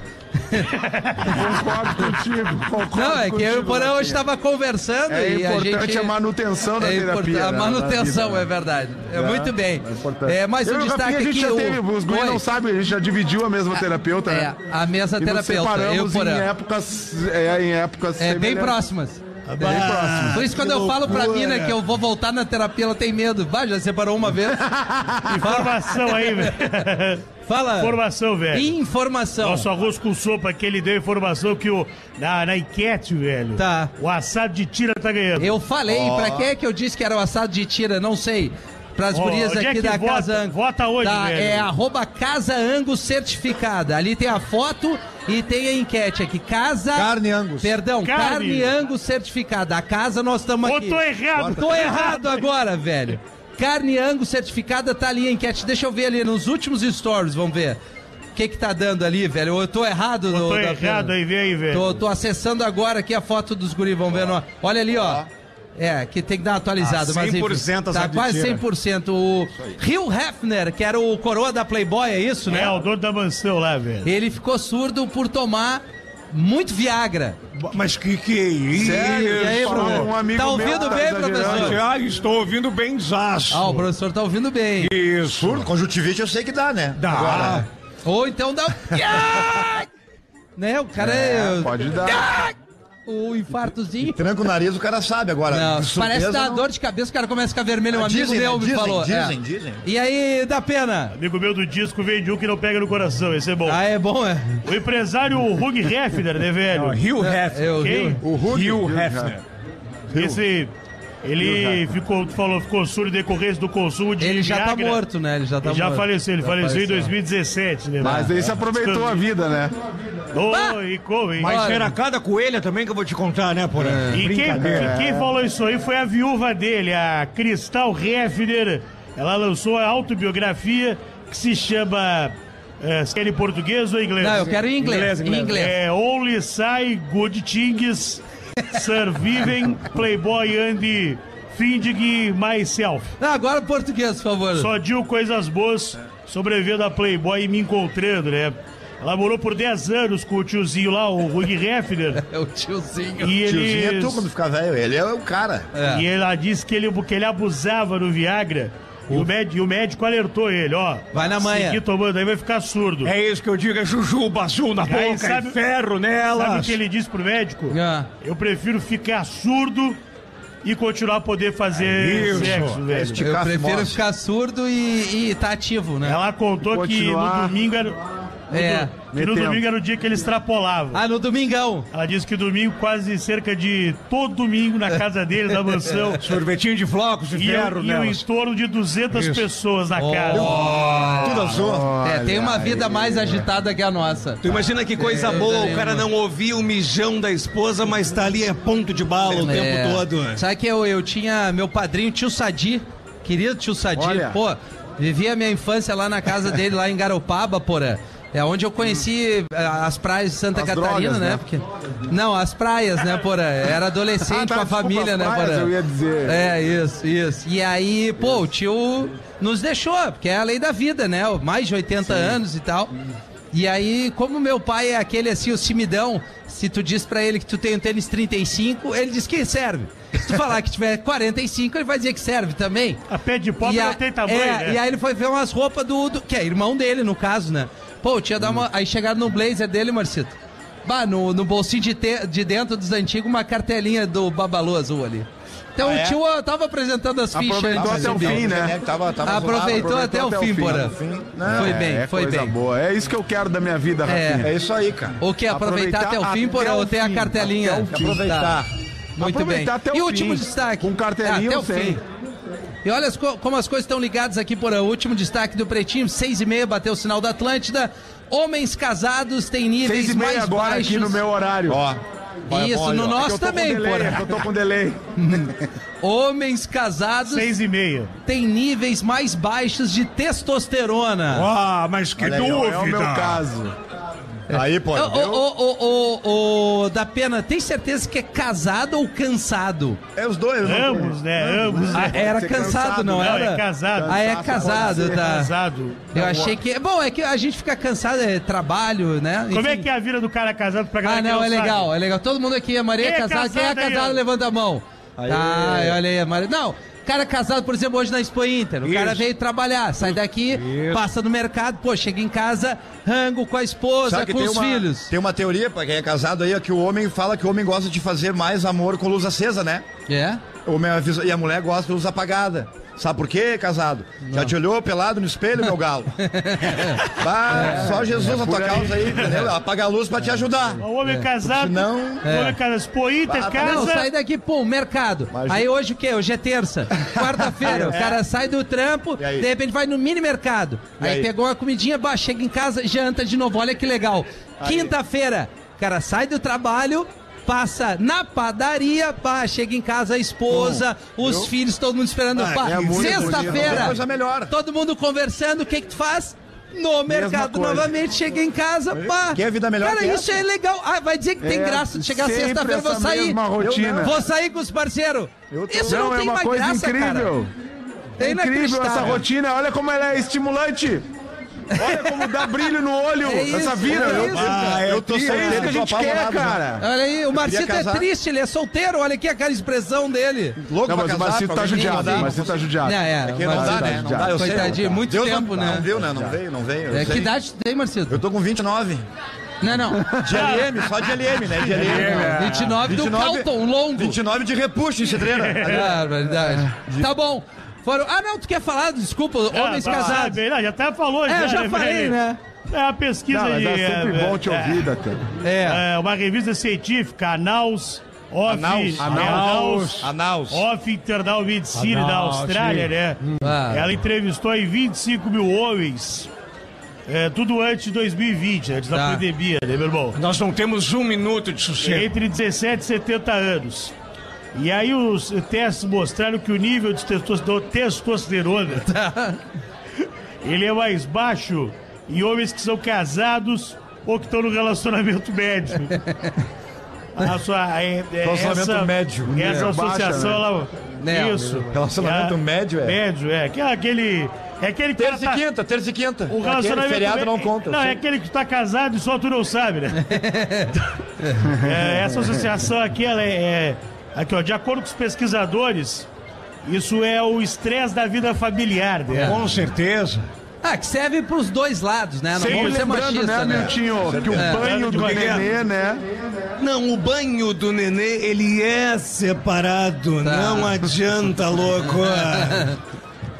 Speaker 4: Concordo contigo. Concordo
Speaker 2: Não, é que
Speaker 4: contigo,
Speaker 2: eu e o Porã hoje
Speaker 4: Rafinha.
Speaker 2: estava conversando
Speaker 4: É
Speaker 2: e a
Speaker 4: importante
Speaker 2: gente...
Speaker 4: a manutenção da
Speaker 2: É importante,
Speaker 4: terapia.
Speaker 2: a
Speaker 4: né,
Speaker 2: manutenção,
Speaker 4: na vida,
Speaker 2: é
Speaker 4: né?
Speaker 2: verdade. É, muito bem.
Speaker 4: É importante.
Speaker 2: É, mais
Speaker 4: Eu
Speaker 2: um
Speaker 4: e o
Speaker 2: destaque
Speaker 4: Rafinha, a gente
Speaker 2: aqui.
Speaker 4: já
Speaker 2: o-
Speaker 4: teve, os
Speaker 2: Oi.
Speaker 4: guris não sabem, a gente já dividiu a mesma terapeuta,
Speaker 2: É,
Speaker 4: né?
Speaker 2: a mesa
Speaker 4: E nos
Speaker 2: terapeuta, eu
Speaker 4: separamos
Speaker 2: por
Speaker 4: em
Speaker 2: ano.
Speaker 4: épocas, é, em épocas
Speaker 2: É bem
Speaker 4: semelhantes. Tá
Speaker 2: próximas. É.
Speaker 5: Ah,
Speaker 2: Por isso, quando eu falo pra mina
Speaker 4: né?
Speaker 2: que eu vou voltar na terapia, ela tem medo. Vai, já separou uma vez.
Speaker 3: Informação aí, velho.
Speaker 2: Fala.
Speaker 3: Informação, velho.
Speaker 2: Então. Informação.
Speaker 3: Nosso arroz com sopa que ele deu informação que o, na, na enquete, velho,
Speaker 2: Tá.
Speaker 3: o assado de tira tá ganhando.
Speaker 2: Eu falei, pra quem é que eu disse que era o assado de tira? Não sei. Pras
Speaker 3: Ó,
Speaker 2: gurias
Speaker 3: onde é
Speaker 2: aqui
Speaker 3: que
Speaker 2: da
Speaker 3: vota?
Speaker 2: Casa Ango.
Speaker 3: Vota hoje,
Speaker 2: tá,
Speaker 3: velho.
Speaker 2: É arroba Casa Ango Certificada. Ali tem a foto e tem a enquete aqui. Casa...
Speaker 5: Carne Angus.
Speaker 2: Perdão,
Speaker 3: Carne.
Speaker 2: carne, Ango Certificada. A casa nós estamos
Speaker 3: Ô,
Speaker 2: aqui.
Speaker 3: tô errado.
Speaker 2: Tô errado agora, velho. Carne Ango certificada tá ali a enquete. Deixa eu ver ali nos últimos stories, vamos ver. O que que tá dando ali, velho? Eu tô errado. no-
Speaker 3: Tô
Speaker 2: da-
Speaker 3: errado aí, vem aí, velho.
Speaker 2: Tô, tô acessando agora aqui a foto dos guri, vamos ver. no- Olha ali, ó. É, que tem que dar uma atualizada.
Speaker 5: Ah,
Speaker 2: mas enfim.
Speaker 5: 100% as
Speaker 2: Tá
Speaker 5: aditiras.
Speaker 2: quase 100%. O Hugh Hefner, que era o coroa da Playboy, é isso, né?
Speaker 3: É, o dono da mansão lá, velho.
Speaker 2: Ele ficou surdo por tomar muito Viagra.
Speaker 6: Mas que que é isso?
Speaker 4: Sério?
Speaker 2: E aí,
Speaker 4: Falou
Speaker 2: professor?
Speaker 4: um amigo
Speaker 2: Tá
Speaker 4: meu
Speaker 2: ouvindo
Speaker 4: que tá
Speaker 2: bem,
Speaker 4: exagerando.
Speaker 2: professor?
Speaker 6: Ah, estou ouvindo bem desaço.
Speaker 2: Ah, o professor tá ouvindo bem.
Speaker 6: Isso.
Speaker 5: Surdo, conjuntivite eu sei que dá, né?
Speaker 6: Dá.
Speaker 5: Agora,
Speaker 2: Ou então dá. Ah! né? O cara é.
Speaker 4: Pode dar.
Speaker 2: O infartozinho.
Speaker 5: tranca o nariz, o cara sabe agora.
Speaker 2: Não,
Speaker 5: de surpresa,
Speaker 2: parece que dá
Speaker 5: não.
Speaker 2: dor de cabeça, o cara começa a ficar vermelho. Um
Speaker 5: Ah,
Speaker 2: amigo
Speaker 5: dizem,
Speaker 2: meu
Speaker 5: né?
Speaker 2: me
Speaker 5: Dizem,
Speaker 2: falou.
Speaker 5: dizem,
Speaker 2: é.
Speaker 5: dizem.
Speaker 2: E aí, dá pena?
Speaker 3: Amigo meu do disco vem de um que não pega no coração, esse é bom.
Speaker 2: Ah, é bom, é?
Speaker 3: O empresário Hugh Hefner, né, velho?
Speaker 6: Rio Hefner.
Speaker 2: Eu,
Speaker 3: Quem?
Speaker 2: viu?
Speaker 5: O Hulk.
Speaker 6: Rio Hefner.
Speaker 3: Esse. Ele ficou, tu falou, ficou surdo em decorrência do consumo de
Speaker 2: Ele já tá
Speaker 3: Viagra.
Speaker 2: morto, né? Ele já tá
Speaker 3: Ele já
Speaker 2: morto.
Speaker 3: faleceu, ele faleceu, em
Speaker 2: faleceu.
Speaker 3: 2017, né?
Speaker 4: Mas aí se aproveitou a vida, né?
Speaker 3: Oh, e como, hein?
Speaker 6: Mas
Speaker 2: Olha.
Speaker 6: era cada coelha também que eu vou te contar, né, Porã?
Speaker 3: e quem, e quem falou isso aí foi a viúva dele, a Cristal Hefner. Ela lançou a autobiografia que se chama. É, se é em português ou inglês?
Speaker 2: Não, eu quero em inglês.
Speaker 6: Inglês,
Speaker 2: Em
Speaker 6: inglês.
Speaker 2: inglês.
Speaker 3: É Only Sai Good Things Surviving Playboy and Finding Myself.
Speaker 2: Ah, agora português, por favor.
Speaker 3: Só digo coisas boas sobrevivendo a Playboy e me encontrando, né? Ela morou por 10 anos com o tiozinho lá, o Hugh Hefner.
Speaker 2: É o tiozinho.
Speaker 3: E
Speaker 5: Tiozinho é
Speaker 3: ele,
Speaker 5: tu quando ficar velho, ele é o cara.
Speaker 2: É.
Speaker 3: e ela disse que ele, que ele abusava do Viagra. E o, médico, e o médico alertou ele, ó.
Speaker 2: Vai na manhã.
Speaker 3: Seguir tomando aí vai ficar surdo.
Speaker 6: É isso que eu digo, é jujuba azul na
Speaker 3: Aí
Speaker 6: boca,
Speaker 3: sabe-
Speaker 6: e ferro nela.
Speaker 3: Sabe o que ele disse pro médico?
Speaker 2: Ah.
Speaker 3: Eu prefiro ficar surdo e continuar a poder fazer
Speaker 6: isso.
Speaker 3: sexo, velho.
Speaker 5: Esticar
Speaker 2: Eu
Speaker 5: a
Speaker 2: prefiro
Speaker 5: fimose.
Speaker 2: ficar surdo e, e tá ativo, né?
Speaker 3: Ela contou que no
Speaker 4: Continuar.
Speaker 3: domingo era,
Speaker 2: É.
Speaker 3: Que no
Speaker 4: Metemos.
Speaker 3: domingo era o dia que ele extrapolava.
Speaker 2: Ah, no domingão.
Speaker 3: Ela disse que domingo, quase cerca de todo domingo na casa dele, na mansão,
Speaker 6: Sorvetinho de flocos de
Speaker 3: ia,
Speaker 6: ferro,
Speaker 3: ia
Speaker 6: né?
Speaker 3: em torno de 200
Speaker 6: Isso.
Speaker 3: pessoas na
Speaker 4: Oh.
Speaker 3: casa.
Speaker 5: Tudo azul.
Speaker 2: É, tem uma vida mais agitada que a nossa.
Speaker 7: Tu imagina que coisa boa, o cara não ouvia o mijão da esposa, mas tá ali é ponto de bala o
Speaker 2: É.
Speaker 7: tempo todo.
Speaker 2: Sabe que eu, eu tinha meu padrinho, tio Sadi, querido tio Sadi,
Speaker 4: Olha.
Speaker 2: pô, vivia minha infância lá na casa dele, lá em Garopaba, porra. É onde eu conheci eh, as praias de Santa
Speaker 4: As
Speaker 2: Catarina,
Speaker 4: drogas,
Speaker 2: né?
Speaker 4: né?
Speaker 2: Porque... Não, as praias, né, porra? Era adolescente
Speaker 4: Ah, tá,
Speaker 2: com a
Speaker 4: desculpa,
Speaker 2: família,
Speaker 4: as
Speaker 2: né,
Speaker 4: praias,
Speaker 2: porra?
Speaker 4: eu ia dizer.
Speaker 2: É, isso, isso. E aí, pô, o tio nos deixou, porque é a lei da vida, né? Mais de 80 anos e tal. E aí, como meu pai é aquele assim, o simidão, se tu diz pra ele que tu tem um tênis 35, ele diz que serve. Se tu falar que tiver 45, ele vai dizer que serve também.
Speaker 3: A pé de pau
Speaker 2: E a-
Speaker 3: não tem tamanho,
Speaker 2: é,
Speaker 3: né?
Speaker 2: E aí ele foi ver umas roupas do, do- Que é irmão dele, no caso, né? Pô, tinha dar uma. Aí chegaram no blazer dele, Marcito. Bah, no, no bolsinho de, te- de dentro dos antigos, uma cartelinha do Babalu Azul ali. Então
Speaker 3: Ah, é?
Speaker 2: o tio ó, tava apresentando as fichas
Speaker 4: Aproveitou
Speaker 2: antes
Speaker 4: até
Speaker 2: do
Speaker 4: o
Speaker 2: Bill.
Speaker 4: fim, né?
Speaker 5: Tava, tava azul.
Speaker 2: Aproveitou
Speaker 4: Aproveitou
Speaker 2: até o
Speaker 4: até o
Speaker 2: fim,
Speaker 4: fim,
Speaker 2: Bora.
Speaker 4: no fim,
Speaker 5: né?
Speaker 2: Foi
Speaker 4: É,
Speaker 2: bem,
Speaker 4: é
Speaker 2: foi
Speaker 4: coisa
Speaker 2: bem.
Speaker 4: boa. É isso que eu quero da minha vida, Rafinha.
Speaker 5: É isso aí, cara.
Speaker 2: O que? Aproveitar,
Speaker 4: Aproveitar
Speaker 2: até o fim,
Speaker 4: até
Speaker 2: Porã?
Speaker 4: o
Speaker 2: Ou tem a
Speaker 4: fim,
Speaker 2: cartelinha? Tá.
Speaker 4: até o fim.
Speaker 5: Aproveitar.
Speaker 2: Muito
Speaker 4: Aproveitar
Speaker 2: bem.
Speaker 4: até o
Speaker 2: e
Speaker 4: fim,
Speaker 2: último destaque.
Speaker 4: com cartelinha
Speaker 2: até
Speaker 4: ou
Speaker 2: o
Speaker 4: sem.
Speaker 2: fim. E olha as co- como as coisas estão ligadas aqui, Porã. O último destaque do Pretinho, seis e meia, bateu o sinal da Atlântida. Homens casados têm níveis
Speaker 4: Seis e meia
Speaker 2: mais
Speaker 4: agora
Speaker 2: baixos.
Speaker 4: aqui no meu horário.
Speaker 5: Ó.
Speaker 2: Isso,
Speaker 5: olha,
Speaker 2: no
Speaker 5: ó.
Speaker 4: É que
Speaker 2: nosso
Speaker 4: eu tô com
Speaker 2: também,
Speaker 4: delay, é
Speaker 2: Porã.
Speaker 4: que Eu tô com delay.
Speaker 2: Homens casados
Speaker 3: Seis e meia.
Speaker 2: têm níveis mais baixos de testosterona.
Speaker 6: Ah, mas que
Speaker 5: Olha aí, ó, é
Speaker 6: dúvida!
Speaker 4: É o meu caso.
Speaker 5: Aí,
Speaker 2: Ô,
Speaker 5: pô. viu?
Speaker 2: ô, ô, ô, ô, da pena, tem certeza que é casado ou cansado?
Speaker 5: É os dois,
Speaker 3: Ambos, né? Ambos.
Speaker 2: Ah, era
Speaker 4: ser
Speaker 2: cansado,
Speaker 4: cansado,
Speaker 2: não
Speaker 3: não,
Speaker 2: era?
Speaker 3: é casado.
Speaker 2: Ah, é
Speaker 4: Cansaço
Speaker 2: casado,
Speaker 4: pode ser.
Speaker 2: tá.
Speaker 3: Casado.
Speaker 2: Eu achei que. Bom, é que a gente fica cansado, é trabalho, né?
Speaker 3: Como é
Speaker 2: Enfim.
Speaker 3: que é a vida do cara casado pra galera
Speaker 2: Ah,
Speaker 3: que
Speaker 2: não, é
Speaker 3: sabe?
Speaker 2: legal, é legal. Todo mundo aqui, a Maria é
Speaker 3: Quem é
Speaker 2: casada. Quem é
Speaker 3: casado aí,
Speaker 2: casado,
Speaker 3: ó?
Speaker 2: levanta a mão. Tá, olha aí, a Maria. Não, cara casado, por exemplo, hoje na Expo Inter. O cara veio trabalhar, sai daqui, passa no mercado, pô, chega em casa, rango com a esposa,
Speaker 5: Sabe que
Speaker 2: com
Speaker 5: tem
Speaker 2: os
Speaker 5: uma,
Speaker 2: filhos.
Speaker 5: tem uma teoria, pra quem é casado aí, é que o homem fala que o homem gosta de fazer mais amor com luz acesa, né?
Speaker 2: É?
Speaker 5: O homem avisa- e a mulher gosta de luz apagada. Sabe por quê, casado? Já te olhou pelado no espelho, meu galo?
Speaker 4: É.
Speaker 5: Bah, só Jesus na tua causa aí, entendeu? Apaga a luz pra te ajudar.
Speaker 3: O homem
Speaker 4: É.
Speaker 3: casado.
Speaker 5: Senão-
Speaker 3: O homem casado. Pô, Inter,
Speaker 5: Ah,
Speaker 3: casa.
Speaker 2: é. Não, sai daqui, pum, mercado. Aí hoje o quê? Hoje é terça. Quarta-feira, o cara sai do trampo,
Speaker 5: aí?
Speaker 2: de repente vai no mini mercado. Aí,
Speaker 5: aí?
Speaker 2: pegou uma comidinha, bah, chega em casa, janta de novo. Olha que legal. Quinta-feira, o cara sai do trabalho. Passa na padaria, pá, chega em casa a esposa, os filhos, todo mundo esperando.
Speaker 5: Ah,
Speaker 2: pá.
Speaker 4: é muito
Speaker 5: bonito.
Speaker 2: Sexta-feira,
Speaker 5: Depois já melhora.
Speaker 2: todo mundo conversando, o que que tu faz? No mercado
Speaker 4: coisa.
Speaker 2: novamente, chega em casa, pá.
Speaker 5: Quer vida melhor
Speaker 2: Cara,
Speaker 5: que
Speaker 2: isso é legal. Ah, vai dizer que tem
Speaker 4: É,
Speaker 2: graça de chegar
Speaker 4: sempre
Speaker 2: sexta-feira, vou
Speaker 4: essa
Speaker 2: sair.
Speaker 4: mesma rotina.
Speaker 2: Vou sair com os parceiros. Isso não,
Speaker 4: é
Speaker 2: tem
Speaker 4: uma
Speaker 2: mais
Speaker 4: coisa
Speaker 2: graça,
Speaker 4: incrível.
Speaker 2: cara. É
Speaker 4: incrível essa
Speaker 2: inacreditável.
Speaker 4: rotina. Olha como ela é estimulante. Olha como dá brilho no olho
Speaker 2: É isso,
Speaker 4: essa vida.
Speaker 2: é isso,
Speaker 5: Ah, eu tô
Speaker 4: É isso que a
Speaker 5: solteiro,
Speaker 4: gente
Speaker 5: tô
Speaker 4: quer,
Speaker 5: apavorado, né?
Speaker 4: cara.
Speaker 2: Olha aí, o Marcito é
Speaker 5: casar.
Speaker 2: triste, ele é solteiro. Olha aqui aquela expressão dele.
Speaker 5: Louco
Speaker 4: Não,
Speaker 5: pra
Speaker 4: mas o
Speaker 5: casar,
Speaker 4: Marcito
Speaker 5: pra
Speaker 4: tá
Speaker 5: alguém que
Speaker 4: judiado.
Speaker 5: não
Speaker 4: O
Speaker 5: dá.
Speaker 4: Marcito tá judiado.
Speaker 2: né? Não, é,
Speaker 5: É que não
Speaker 2: mas-
Speaker 5: dá, né? Não dá, eu sei.
Speaker 2: Coitadinho,
Speaker 5: não dá.
Speaker 2: muito tempo,
Speaker 5: não,
Speaker 2: né?
Speaker 5: Não viu, né? Não veio, não veio. eu
Speaker 2: É, que
Speaker 5: sei.
Speaker 2: idade tu tem,
Speaker 5: Eu
Speaker 2: Marcito?
Speaker 5: tô com 29.
Speaker 2: Não, não.
Speaker 5: De
Speaker 3: Tá.
Speaker 5: LM, só de LM, né? De
Speaker 3: é.
Speaker 4: É,
Speaker 5: LM.
Speaker 2: 29 do Calton, longo.
Speaker 5: 29 de repuxo em cidreira.
Speaker 2: Ah, verdade.
Speaker 4: É.
Speaker 2: Tá bom. Foram... Ah, não, tu quer falar? Desculpa,
Speaker 3: Ah,
Speaker 2: homens
Speaker 3: vai lá,
Speaker 2: casados.
Speaker 3: bem, não, já até falou,
Speaker 2: É, eu já
Speaker 3: né,
Speaker 2: falei,
Speaker 3: velho?
Speaker 2: né?
Speaker 3: É uma pesquisa
Speaker 4: Não, mas
Speaker 3: de.
Speaker 4: é sempre
Speaker 3: é,
Speaker 4: bom te
Speaker 3: é,
Speaker 4: ouvir, Datena.
Speaker 2: É.
Speaker 3: é, uma revista científica, Anals Off,
Speaker 5: Annals.
Speaker 3: Annals,
Speaker 5: Anaus.
Speaker 3: Off Internal Medicine da
Speaker 6: Annals,
Speaker 3: Austrália, né?
Speaker 2: Ah.
Speaker 3: Ela entrevistou aí 25 mil homens, é, tudo antes de 2020, antes
Speaker 2: Tá.
Speaker 3: da pandemia, né, meu irmão?
Speaker 6: Nós não temos um minuto de sossego.
Speaker 3: Entre 17 e 70 anos. E aí os testes mostraram que o nível de testosterona, testosterona ele é mais baixo em homens que são casados ou que estão no relacionamento médio. A sua, é, é,
Speaker 5: Relacionamento
Speaker 3: essa,
Speaker 5: médio. né?
Speaker 3: Essa
Speaker 4: É, baixa,
Speaker 3: associação, ela,
Speaker 2: Né,
Speaker 3: isso.
Speaker 5: Relacionamento
Speaker 3: É,
Speaker 5: médio, é.
Speaker 3: Médio, é. Que é aquele, é aquele cara
Speaker 5: Terça e
Speaker 3: tá-
Speaker 5: quinta, terça e quinta.
Speaker 3: o
Speaker 5: Aquele
Speaker 3: relacionamento
Speaker 5: feriado
Speaker 3: médio-
Speaker 5: não conta. eu
Speaker 3: Não, é
Speaker 5: sei.
Speaker 3: aquele que tu tá casado e só tu não sabe, né? É, essa associação aqui, ela é, é- Aqui, ó, de acordo com os pesquisadores, isso é o estresse da vida familiar,
Speaker 2: É.
Speaker 3: né?
Speaker 6: Com certeza.
Speaker 2: Ah, que serve pros dois lados, né? Não
Speaker 4: Sempre
Speaker 2: vamos ser
Speaker 4: lembrando, né,
Speaker 2: machista, né?
Speaker 4: Miltinho, que o
Speaker 2: É.
Speaker 4: banho do
Speaker 3: Lembrando de
Speaker 4: nenê, né?
Speaker 7: Não, o banho do nenê,
Speaker 6: Tá.
Speaker 7: ele é separado. Não adianta, louco.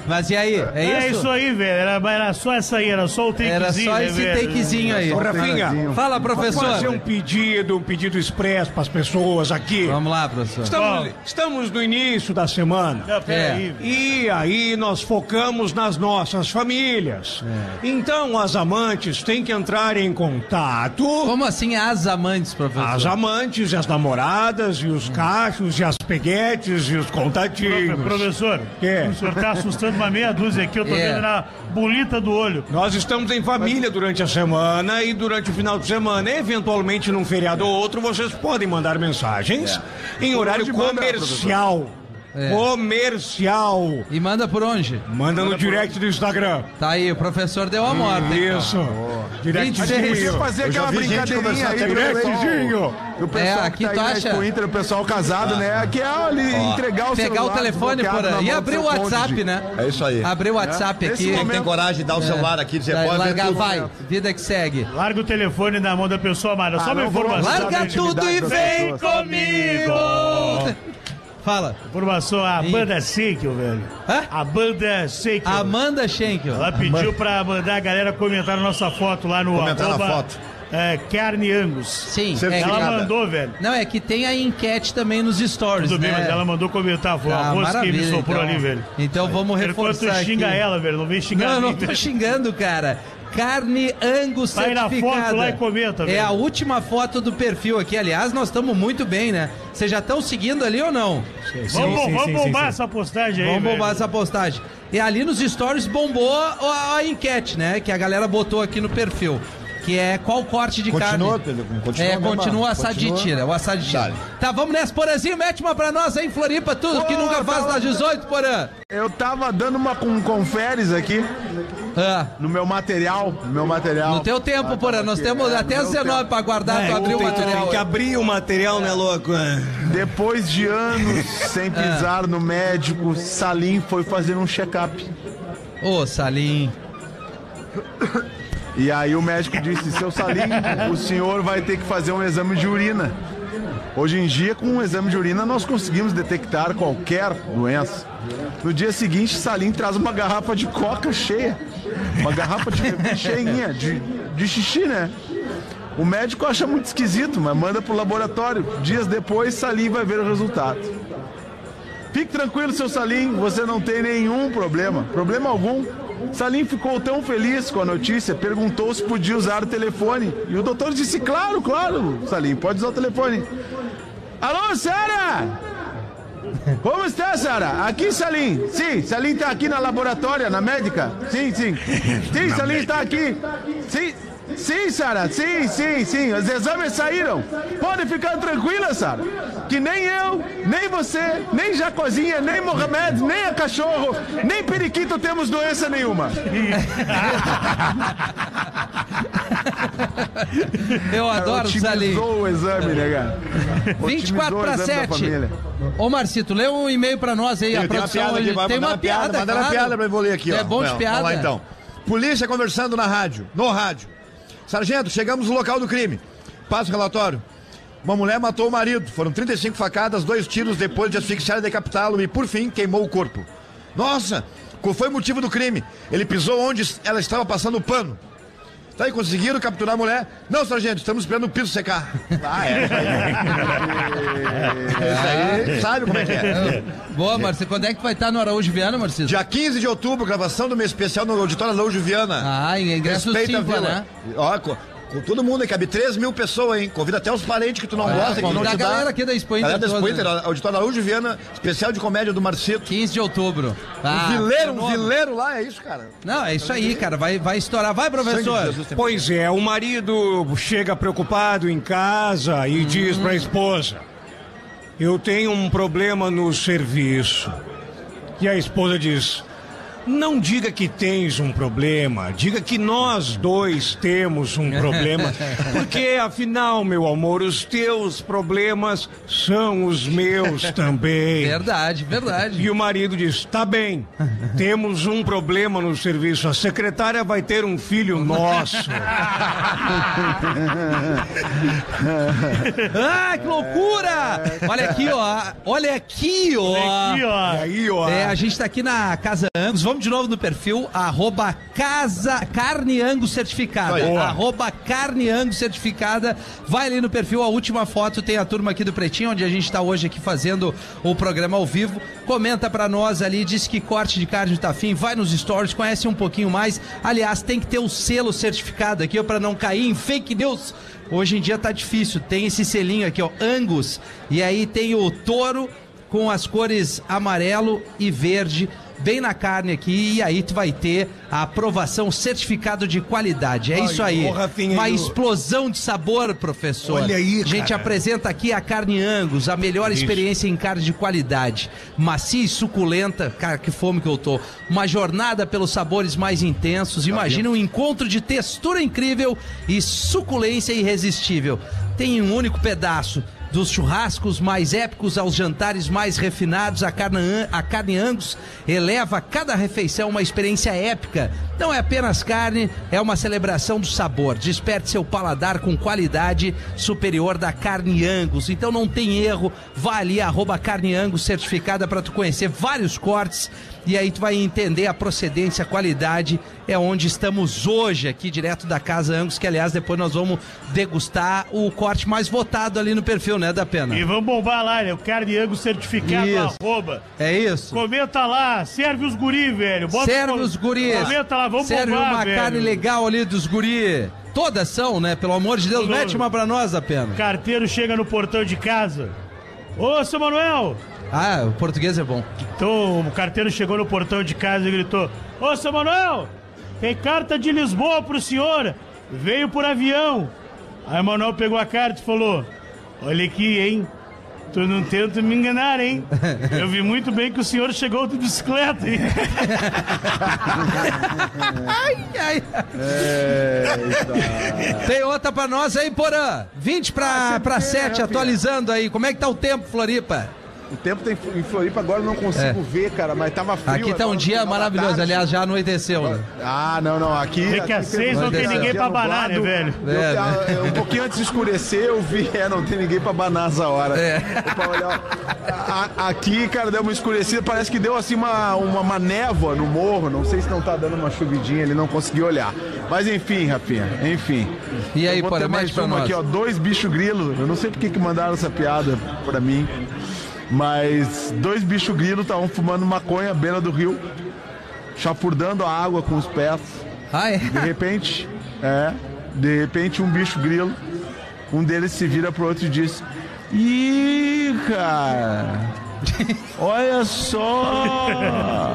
Speaker 2: Mas e aí? É isso?
Speaker 3: É isso aí, velho. Era, era só essa aí, era só o takezinho.
Speaker 2: Era só
Speaker 3: né,
Speaker 2: esse
Speaker 3: velho?
Speaker 2: takezinho aí.
Speaker 6: Ô, Rafinha,
Speaker 2: Fala,
Speaker 6: vou fazer um
Speaker 2: professor.
Speaker 6: pedido, um pedido expresso para as pessoas aqui.
Speaker 2: Vamos lá, professor.
Speaker 6: Estamos, estamos no início da semana.
Speaker 3: Não,
Speaker 2: É.
Speaker 3: peraí, velho.
Speaker 6: E aí nós focamos nas nossas famílias.
Speaker 2: É.
Speaker 6: Então as amantes têm que entrar em contato.
Speaker 2: Como assim as amantes, professor?
Speaker 6: As amantes, e as namoradas, e os cachos, e as peguetes, e os contatinhos.
Speaker 3: Professor,
Speaker 6: Que?
Speaker 3: o senhor tá assustando uma meia dúzia aqui, eu tô
Speaker 2: É.
Speaker 3: vendo na bolita do olho.
Speaker 6: Nós estamos em família durante a semana e durante o final de semana, eventualmente num feriado ou outro, vocês podem mandar mensagens em horário comercial.
Speaker 2: É.
Speaker 6: Comercial.
Speaker 2: E manda por onde?
Speaker 6: Manda no direct do Instagram.
Speaker 2: Tá aí, o professor deu a morte. hein,
Speaker 6: Isso.
Speaker 4: Podia
Speaker 6: Directzinho.
Speaker 4: fazer
Speaker 5: Eu já
Speaker 4: aquela
Speaker 5: vi gente
Speaker 4: brincadeirinha
Speaker 5: conversar
Speaker 4: aí
Speaker 5: até
Speaker 4: pro
Speaker 5: direto,
Speaker 4: pessoal. O pessoal
Speaker 2: É,
Speaker 4: que
Speaker 2: aqui
Speaker 4: tá aí
Speaker 2: tu
Speaker 4: na
Speaker 2: acha?
Speaker 4: Expo Inter, o pessoal casado, né? Que é ali entregar o
Speaker 2: Pegar o
Speaker 4: celular
Speaker 2: telefone
Speaker 4: desbloqueado
Speaker 2: por
Speaker 4: na mão
Speaker 2: aí. E
Speaker 4: do
Speaker 2: abrir
Speaker 4: seu
Speaker 2: o WhatsApp,
Speaker 4: cônjuge.
Speaker 2: né?
Speaker 5: É isso aí.
Speaker 2: Abrir o WhatsApp
Speaker 4: Nesse
Speaker 2: aqui.
Speaker 5: Quem tem coragem de dar o celular aqui, dizer,
Speaker 2: Vai,
Speaker 5: pode ver
Speaker 2: largar,
Speaker 5: tudo.
Speaker 2: vai. Vida que segue.
Speaker 3: Larga o telefone na mão da pessoa, Mara. Só
Speaker 4: Ah,
Speaker 3: uma
Speaker 4: não, vamos
Speaker 3: informação.
Speaker 4: lá.
Speaker 2: Larga
Speaker 4: Sabe a
Speaker 2: tudo e
Speaker 4: intimidade das
Speaker 2: vem
Speaker 4: pessoas.
Speaker 2: comigo! Fala.
Speaker 3: Informação, a
Speaker 2: Ih.
Speaker 3: banda Seikio, velho.
Speaker 2: Hã?
Speaker 3: A banda Seikio.
Speaker 2: Amanda Schenkel.
Speaker 3: Ela pediu pra mandar a galera comentar a nossa foto lá no
Speaker 5: Comentar na
Speaker 3: arroba,
Speaker 5: foto.
Speaker 3: É, Carne Angus.
Speaker 2: Sim, é
Speaker 5: Certificada.
Speaker 3: Ela
Speaker 2: que...
Speaker 3: mandou, velho.
Speaker 2: Não, é que tem a enquete também nos stories,
Speaker 3: Tudo bem,
Speaker 2: né?
Speaker 3: mas ela mandou comentar. Foi
Speaker 2: Tá,
Speaker 3: a moça que me
Speaker 2: maravilha,
Speaker 3: soprou
Speaker 2: então.
Speaker 3: ali, velho.
Speaker 2: Então vamos
Speaker 3: Enquanto
Speaker 2: reforçar
Speaker 3: xinga
Speaker 2: aqui.
Speaker 3: ela, velho. Não vem xingar
Speaker 2: Não, eu não
Speaker 3: mim,
Speaker 2: tô
Speaker 3: velho.
Speaker 2: xingando, cara. Carne Angus
Speaker 3: Vai na
Speaker 2: certificada.
Speaker 3: foto lá e comenta,
Speaker 2: É
Speaker 3: velho.
Speaker 2: a última foto do perfil aqui. Aliás, nós estamos muito bem, né? Vocês já estão seguindo ali ou não?
Speaker 3: Vamos, vamos bombar essa postagem aí,
Speaker 2: Vamos
Speaker 3: velho.
Speaker 2: bombar essa postagem. E ali nos stories bombou a, a enquete, né? Que a galera botou aqui no perfil. Que é qual corte de
Speaker 5: Continua,
Speaker 2: carne.
Speaker 5: Pedro? Continua,
Speaker 2: É,
Speaker 5: mesmo?
Speaker 2: continua o assado de
Speaker 5: Continua.
Speaker 2: tira, o assado de tira.
Speaker 5: Dale.
Speaker 2: Tá, vamos nessa, Porazinho, mete uma pra nós aí, Floripa, tudo que
Speaker 4: Pô,
Speaker 2: nunca faz
Speaker 4: tá
Speaker 2: das 18, Porã.
Speaker 4: Eu tava dando uma com conferes aqui
Speaker 2: Ah,
Speaker 4: no meu material. No meu material.
Speaker 2: no teu tempo, Porã, nós temos até
Speaker 4: as
Speaker 2: as 19 pra guardar,
Speaker 7: É,
Speaker 2: tu abrir o
Speaker 7: tem-
Speaker 2: um material.
Speaker 7: Tem que
Speaker 2: aí.
Speaker 7: abrir o material, né, louco? É.
Speaker 4: Depois de anos
Speaker 2: É.
Speaker 4: sem pisar no médico, Salim foi fazer um check-up.
Speaker 2: Ô, Salim.
Speaker 4: E aí o médico disse: Seu Salim, o senhor vai ter que fazer um exame de urina. Hoje em dia, com um exame de urina, nós conseguimos detectar qualquer doença. No dia seguinte, Salim traz uma garrafa de coca cheia. Uma garrafa de cheinha, de, de xixi, né? O médico acha muito esquisito, mas manda pro laboratório. Dias depois, Salim vai ver o resultado. Fique tranquilo, seu Salim, você não tem nenhum problema, problema algum. Salim ficou tão feliz com a notícia, perguntou se podia usar o telefone. E o doutor disse: Claro, claro, Salim, pode usar o telefone. Alô, Sara! Como está, Sara? Aqui, Salim. Sim, Salim está aqui na laboratória, na médica. Sim, sim. Sim, Salim está aqui. Sim, sim, Sara. Sim, sim, sim. Os exames saíram. Pode ficar tranquila, Sara. Que nem eu, nem você, nem Jacozinha, nem Mohamed, nem a cachorro, nem periquito temos doença nenhuma.
Speaker 2: Eu adoro o Salim.
Speaker 4: Otimizou o exame, né, cara? Otimizou
Speaker 2: 24
Speaker 4: o
Speaker 2: para
Speaker 4: exame da
Speaker 2: 7.
Speaker 4: família.
Speaker 2: Ô, Marcito, lê um e-mail pra nós aí. a
Speaker 5: Tem uma
Speaker 2: produção
Speaker 5: piada
Speaker 2: hoje
Speaker 5: aqui, vai
Speaker 2: tem
Speaker 5: mandar
Speaker 2: uma piada,
Speaker 5: Manda uma
Speaker 2: claro.
Speaker 5: piada pra envolver aqui, ó.
Speaker 2: É bom de
Speaker 5: Não,
Speaker 2: piada.
Speaker 5: Vamos lá, então. Polícia conversando na rádio, no rádio. Sargento, chegamos no local do crime. Passa o relatório. Uma mulher matou o marido. Foram 35 facadas, dois tiros depois de asfixiar e decapitá-lo e, por fim, queimou o corpo. Nossa, qual foi o motivo do crime? Ele pisou onde ela estava passando o pano. Tá aí, conseguiram capturar a mulher? Não, sargento, estamos esperando o piso secar. Ah, é. Isso aí, Isso aí sabe como é que é.
Speaker 2: Boa, Marcito. Quando é que vai estar no Araújo Viana, Marcito?
Speaker 5: Dia 15 de outubro, gravação do meu especial no Auditório Araújo Viana.
Speaker 2: Ah, em ingresso
Speaker 5: Respeita a
Speaker 2: simples,
Speaker 5: vila.
Speaker 2: né?
Speaker 5: Ó, co- com todo mundo, aí, cabe 3 mil pessoas, hein? Convida até os parentes que tu não gosta, que não
Speaker 2: Ah, convida
Speaker 5: te
Speaker 2: a
Speaker 5: dá.
Speaker 2: galera aqui da Expo Inter
Speaker 5: Galera da Expo
Speaker 2: toda.
Speaker 5: Inter, Auditório Araújo Viana, especial de comédia do Marcito.
Speaker 2: 15 de outubro. Ah,
Speaker 5: um vileiro, um
Speaker 2: fenômeno.
Speaker 5: vileiro lá, é isso, cara.
Speaker 2: Não, é isso aí, cara. Vai, vai estourar. Vai,
Speaker 5: Sangue de
Speaker 2: professor.
Speaker 5: Jesus tem-
Speaker 6: Pois é, o marido chega preocupado em casa
Speaker 5: Uhum.
Speaker 6: e diz para a esposa: Eu tenho um problema no serviço. E a esposa diz: Não diga que tens um problema, diga que nós dois temos um problema, porque afinal, meu amor, os teus problemas são os meus também.
Speaker 2: Verdade, verdade.
Speaker 6: E o marido diz: tá bem, temos um problema no serviço. A secretária vai ter um filho nosso.
Speaker 2: Ah, que loucura!
Speaker 5: É.
Speaker 2: Olha aqui, ó. Olha aqui, ó.
Speaker 3: Aqui, ó.
Speaker 6: Aí, ó.
Speaker 5: É
Speaker 2: É, a gente tá aqui na Casa Angus. Vamos Vamos de novo no perfil, arroba casa, carne ango certificada.
Speaker 5: Aí. Boa.
Speaker 2: Arroba carne ango certificada. Vai ali no perfil, a última foto tem a turma aqui do Pretinho, onde a gente tá hoje aqui fazendo o programa ao vivo. Comenta pra nós ali, diz que corte de carne tá fim, vai nos stories, conhece um pouquinho mais. Aliás, tem que ter o selo certificado aqui, ó, pra não cair em fake news. Hoje em dia tá difícil, tem esse selinho aqui, ó, Angus. E aí tem o touro, com as cores amarelo e verde bem na carne aqui e aí tu vai ter a aprovação certificado de qualidade. É isso aí.
Speaker 6: ô, Rafinha,
Speaker 2: Uma
Speaker 6: e o-
Speaker 2: explosão de sabor, professor.
Speaker 6: Olha aí,
Speaker 2: A gente
Speaker 6: cara.
Speaker 2: apresenta aqui a carne Angus, a melhor experiência em carne de qualidade. Macia e suculenta. Cara, que fome que eu tô. Uma jornada pelos sabores mais intensos.
Speaker 6: Tá
Speaker 2: Imagina um encontro de textura incrível e suculência irresistível. Tem um único pedaço. Dos churrascos mais épicos aos jantares mais refinados, a carne, an- a carne Angus eleva cada refeição a uma experiência épica. Não é apenas carne, é uma celebração do sabor. Desperte seu paladar com qualidade superior da carne Angus. Então não tem erro, vá ali, arroba carne Angus certificada para tu conhecer vários cortes e aí tu vai entender a procedência, a qualidade. É onde estamos hoje aqui, direto da Casa Angus, que aliás depois nós vamos degustar o corte mais votado ali no perfil, né, da Pena?
Speaker 3: E vamos bombar lá, né? O carne ango certificado,
Speaker 2: Isso.
Speaker 3: arroba.
Speaker 2: É isso.
Speaker 3: Comenta lá, serve os guri, velho. Bota
Speaker 2: Serve
Speaker 3: o-
Speaker 2: os guris.
Speaker 3: Comenta lá, vamos
Speaker 2: Serve
Speaker 3: bombar,
Speaker 2: uma
Speaker 3: velho.
Speaker 2: carne legal ali dos guri. Todas são, né? Pelo amor de Deus,
Speaker 3: Todas.
Speaker 2: mete uma pra nós, da Pena.
Speaker 3: Carteiro chega no portão de casa. Ô, seu Manuel!
Speaker 2: Ah, o português é bom.
Speaker 3: Então o carteiro chegou no portão de casa e gritou: Ô, seu Manuel! Tem carta de Lisboa pro senhor! Veio por avião! Aí o Manuel pegou a carta e falou: Olha aqui, hein? Tu não tenta me enganar, hein? Eu vi muito bem que o senhor chegou de bicicleta, hein?
Speaker 2: Ai, ai.
Speaker 4: É,
Speaker 2: Tem outra pra nós aí, Porã. 20
Speaker 4: Ah,
Speaker 2: pra, pra
Speaker 4: né,
Speaker 2: 7, atualizando aí. Como é que tá o tempo, Floripa?
Speaker 4: O tempo tem em Floripa agora eu não consigo
Speaker 2: É.
Speaker 4: ver, cara, mas tava frio.
Speaker 2: Aqui tá
Speaker 4: agora
Speaker 2: um
Speaker 4: no
Speaker 2: dia
Speaker 4: final da
Speaker 2: maravilhoso.
Speaker 4: tarde.
Speaker 2: Aliás, já anoiteceu, né?
Speaker 4: Ah, não, não. Aqui.
Speaker 3: É que às
Speaker 4: aqui teve
Speaker 3: seis
Speaker 4: um
Speaker 2: não tem
Speaker 4: dia
Speaker 3: ninguém pra abanar, né,
Speaker 4: nublado.
Speaker 3: velho?
Speaker 4: Eu-
Speaker 2: É,
Speaker 4: ah, eu- Um pouquinho antes de escurecer, eu vi, é, não tem ninguém pra abanar essa hora.
Speaker 2: É.
Speaker 4: Eu pra olhar. A- aqui, cara, deu uma escurecida, parece que deu assim uma, uma, uma névoa no morro. Não sei se não tá dando uma chuvidinha, ele não conseguiu olhar. Mas enfim, Rafinha, enfim.
Speaker 2: E aí,
Speaker 4: eu vou
Speaker 2: Porã,
Speaker 4: ter mais
Speaker 2: mete pra
Speaker 4: uma
Speaker 2: nós.
Speaker 4: aqui, ó. Dois bicho grilo. Eu não sei porque que mandaram essa piada pra mim. Mas dois bicho grilo estavam fumando maconha à beira do rio, chapurdando a água com os pés.
Speaker 2: Ah, é?
Speaker 4: De repente, é, de repente um bicho grilo, um deles se vira pro outro e diz: Ih, cara, olha só!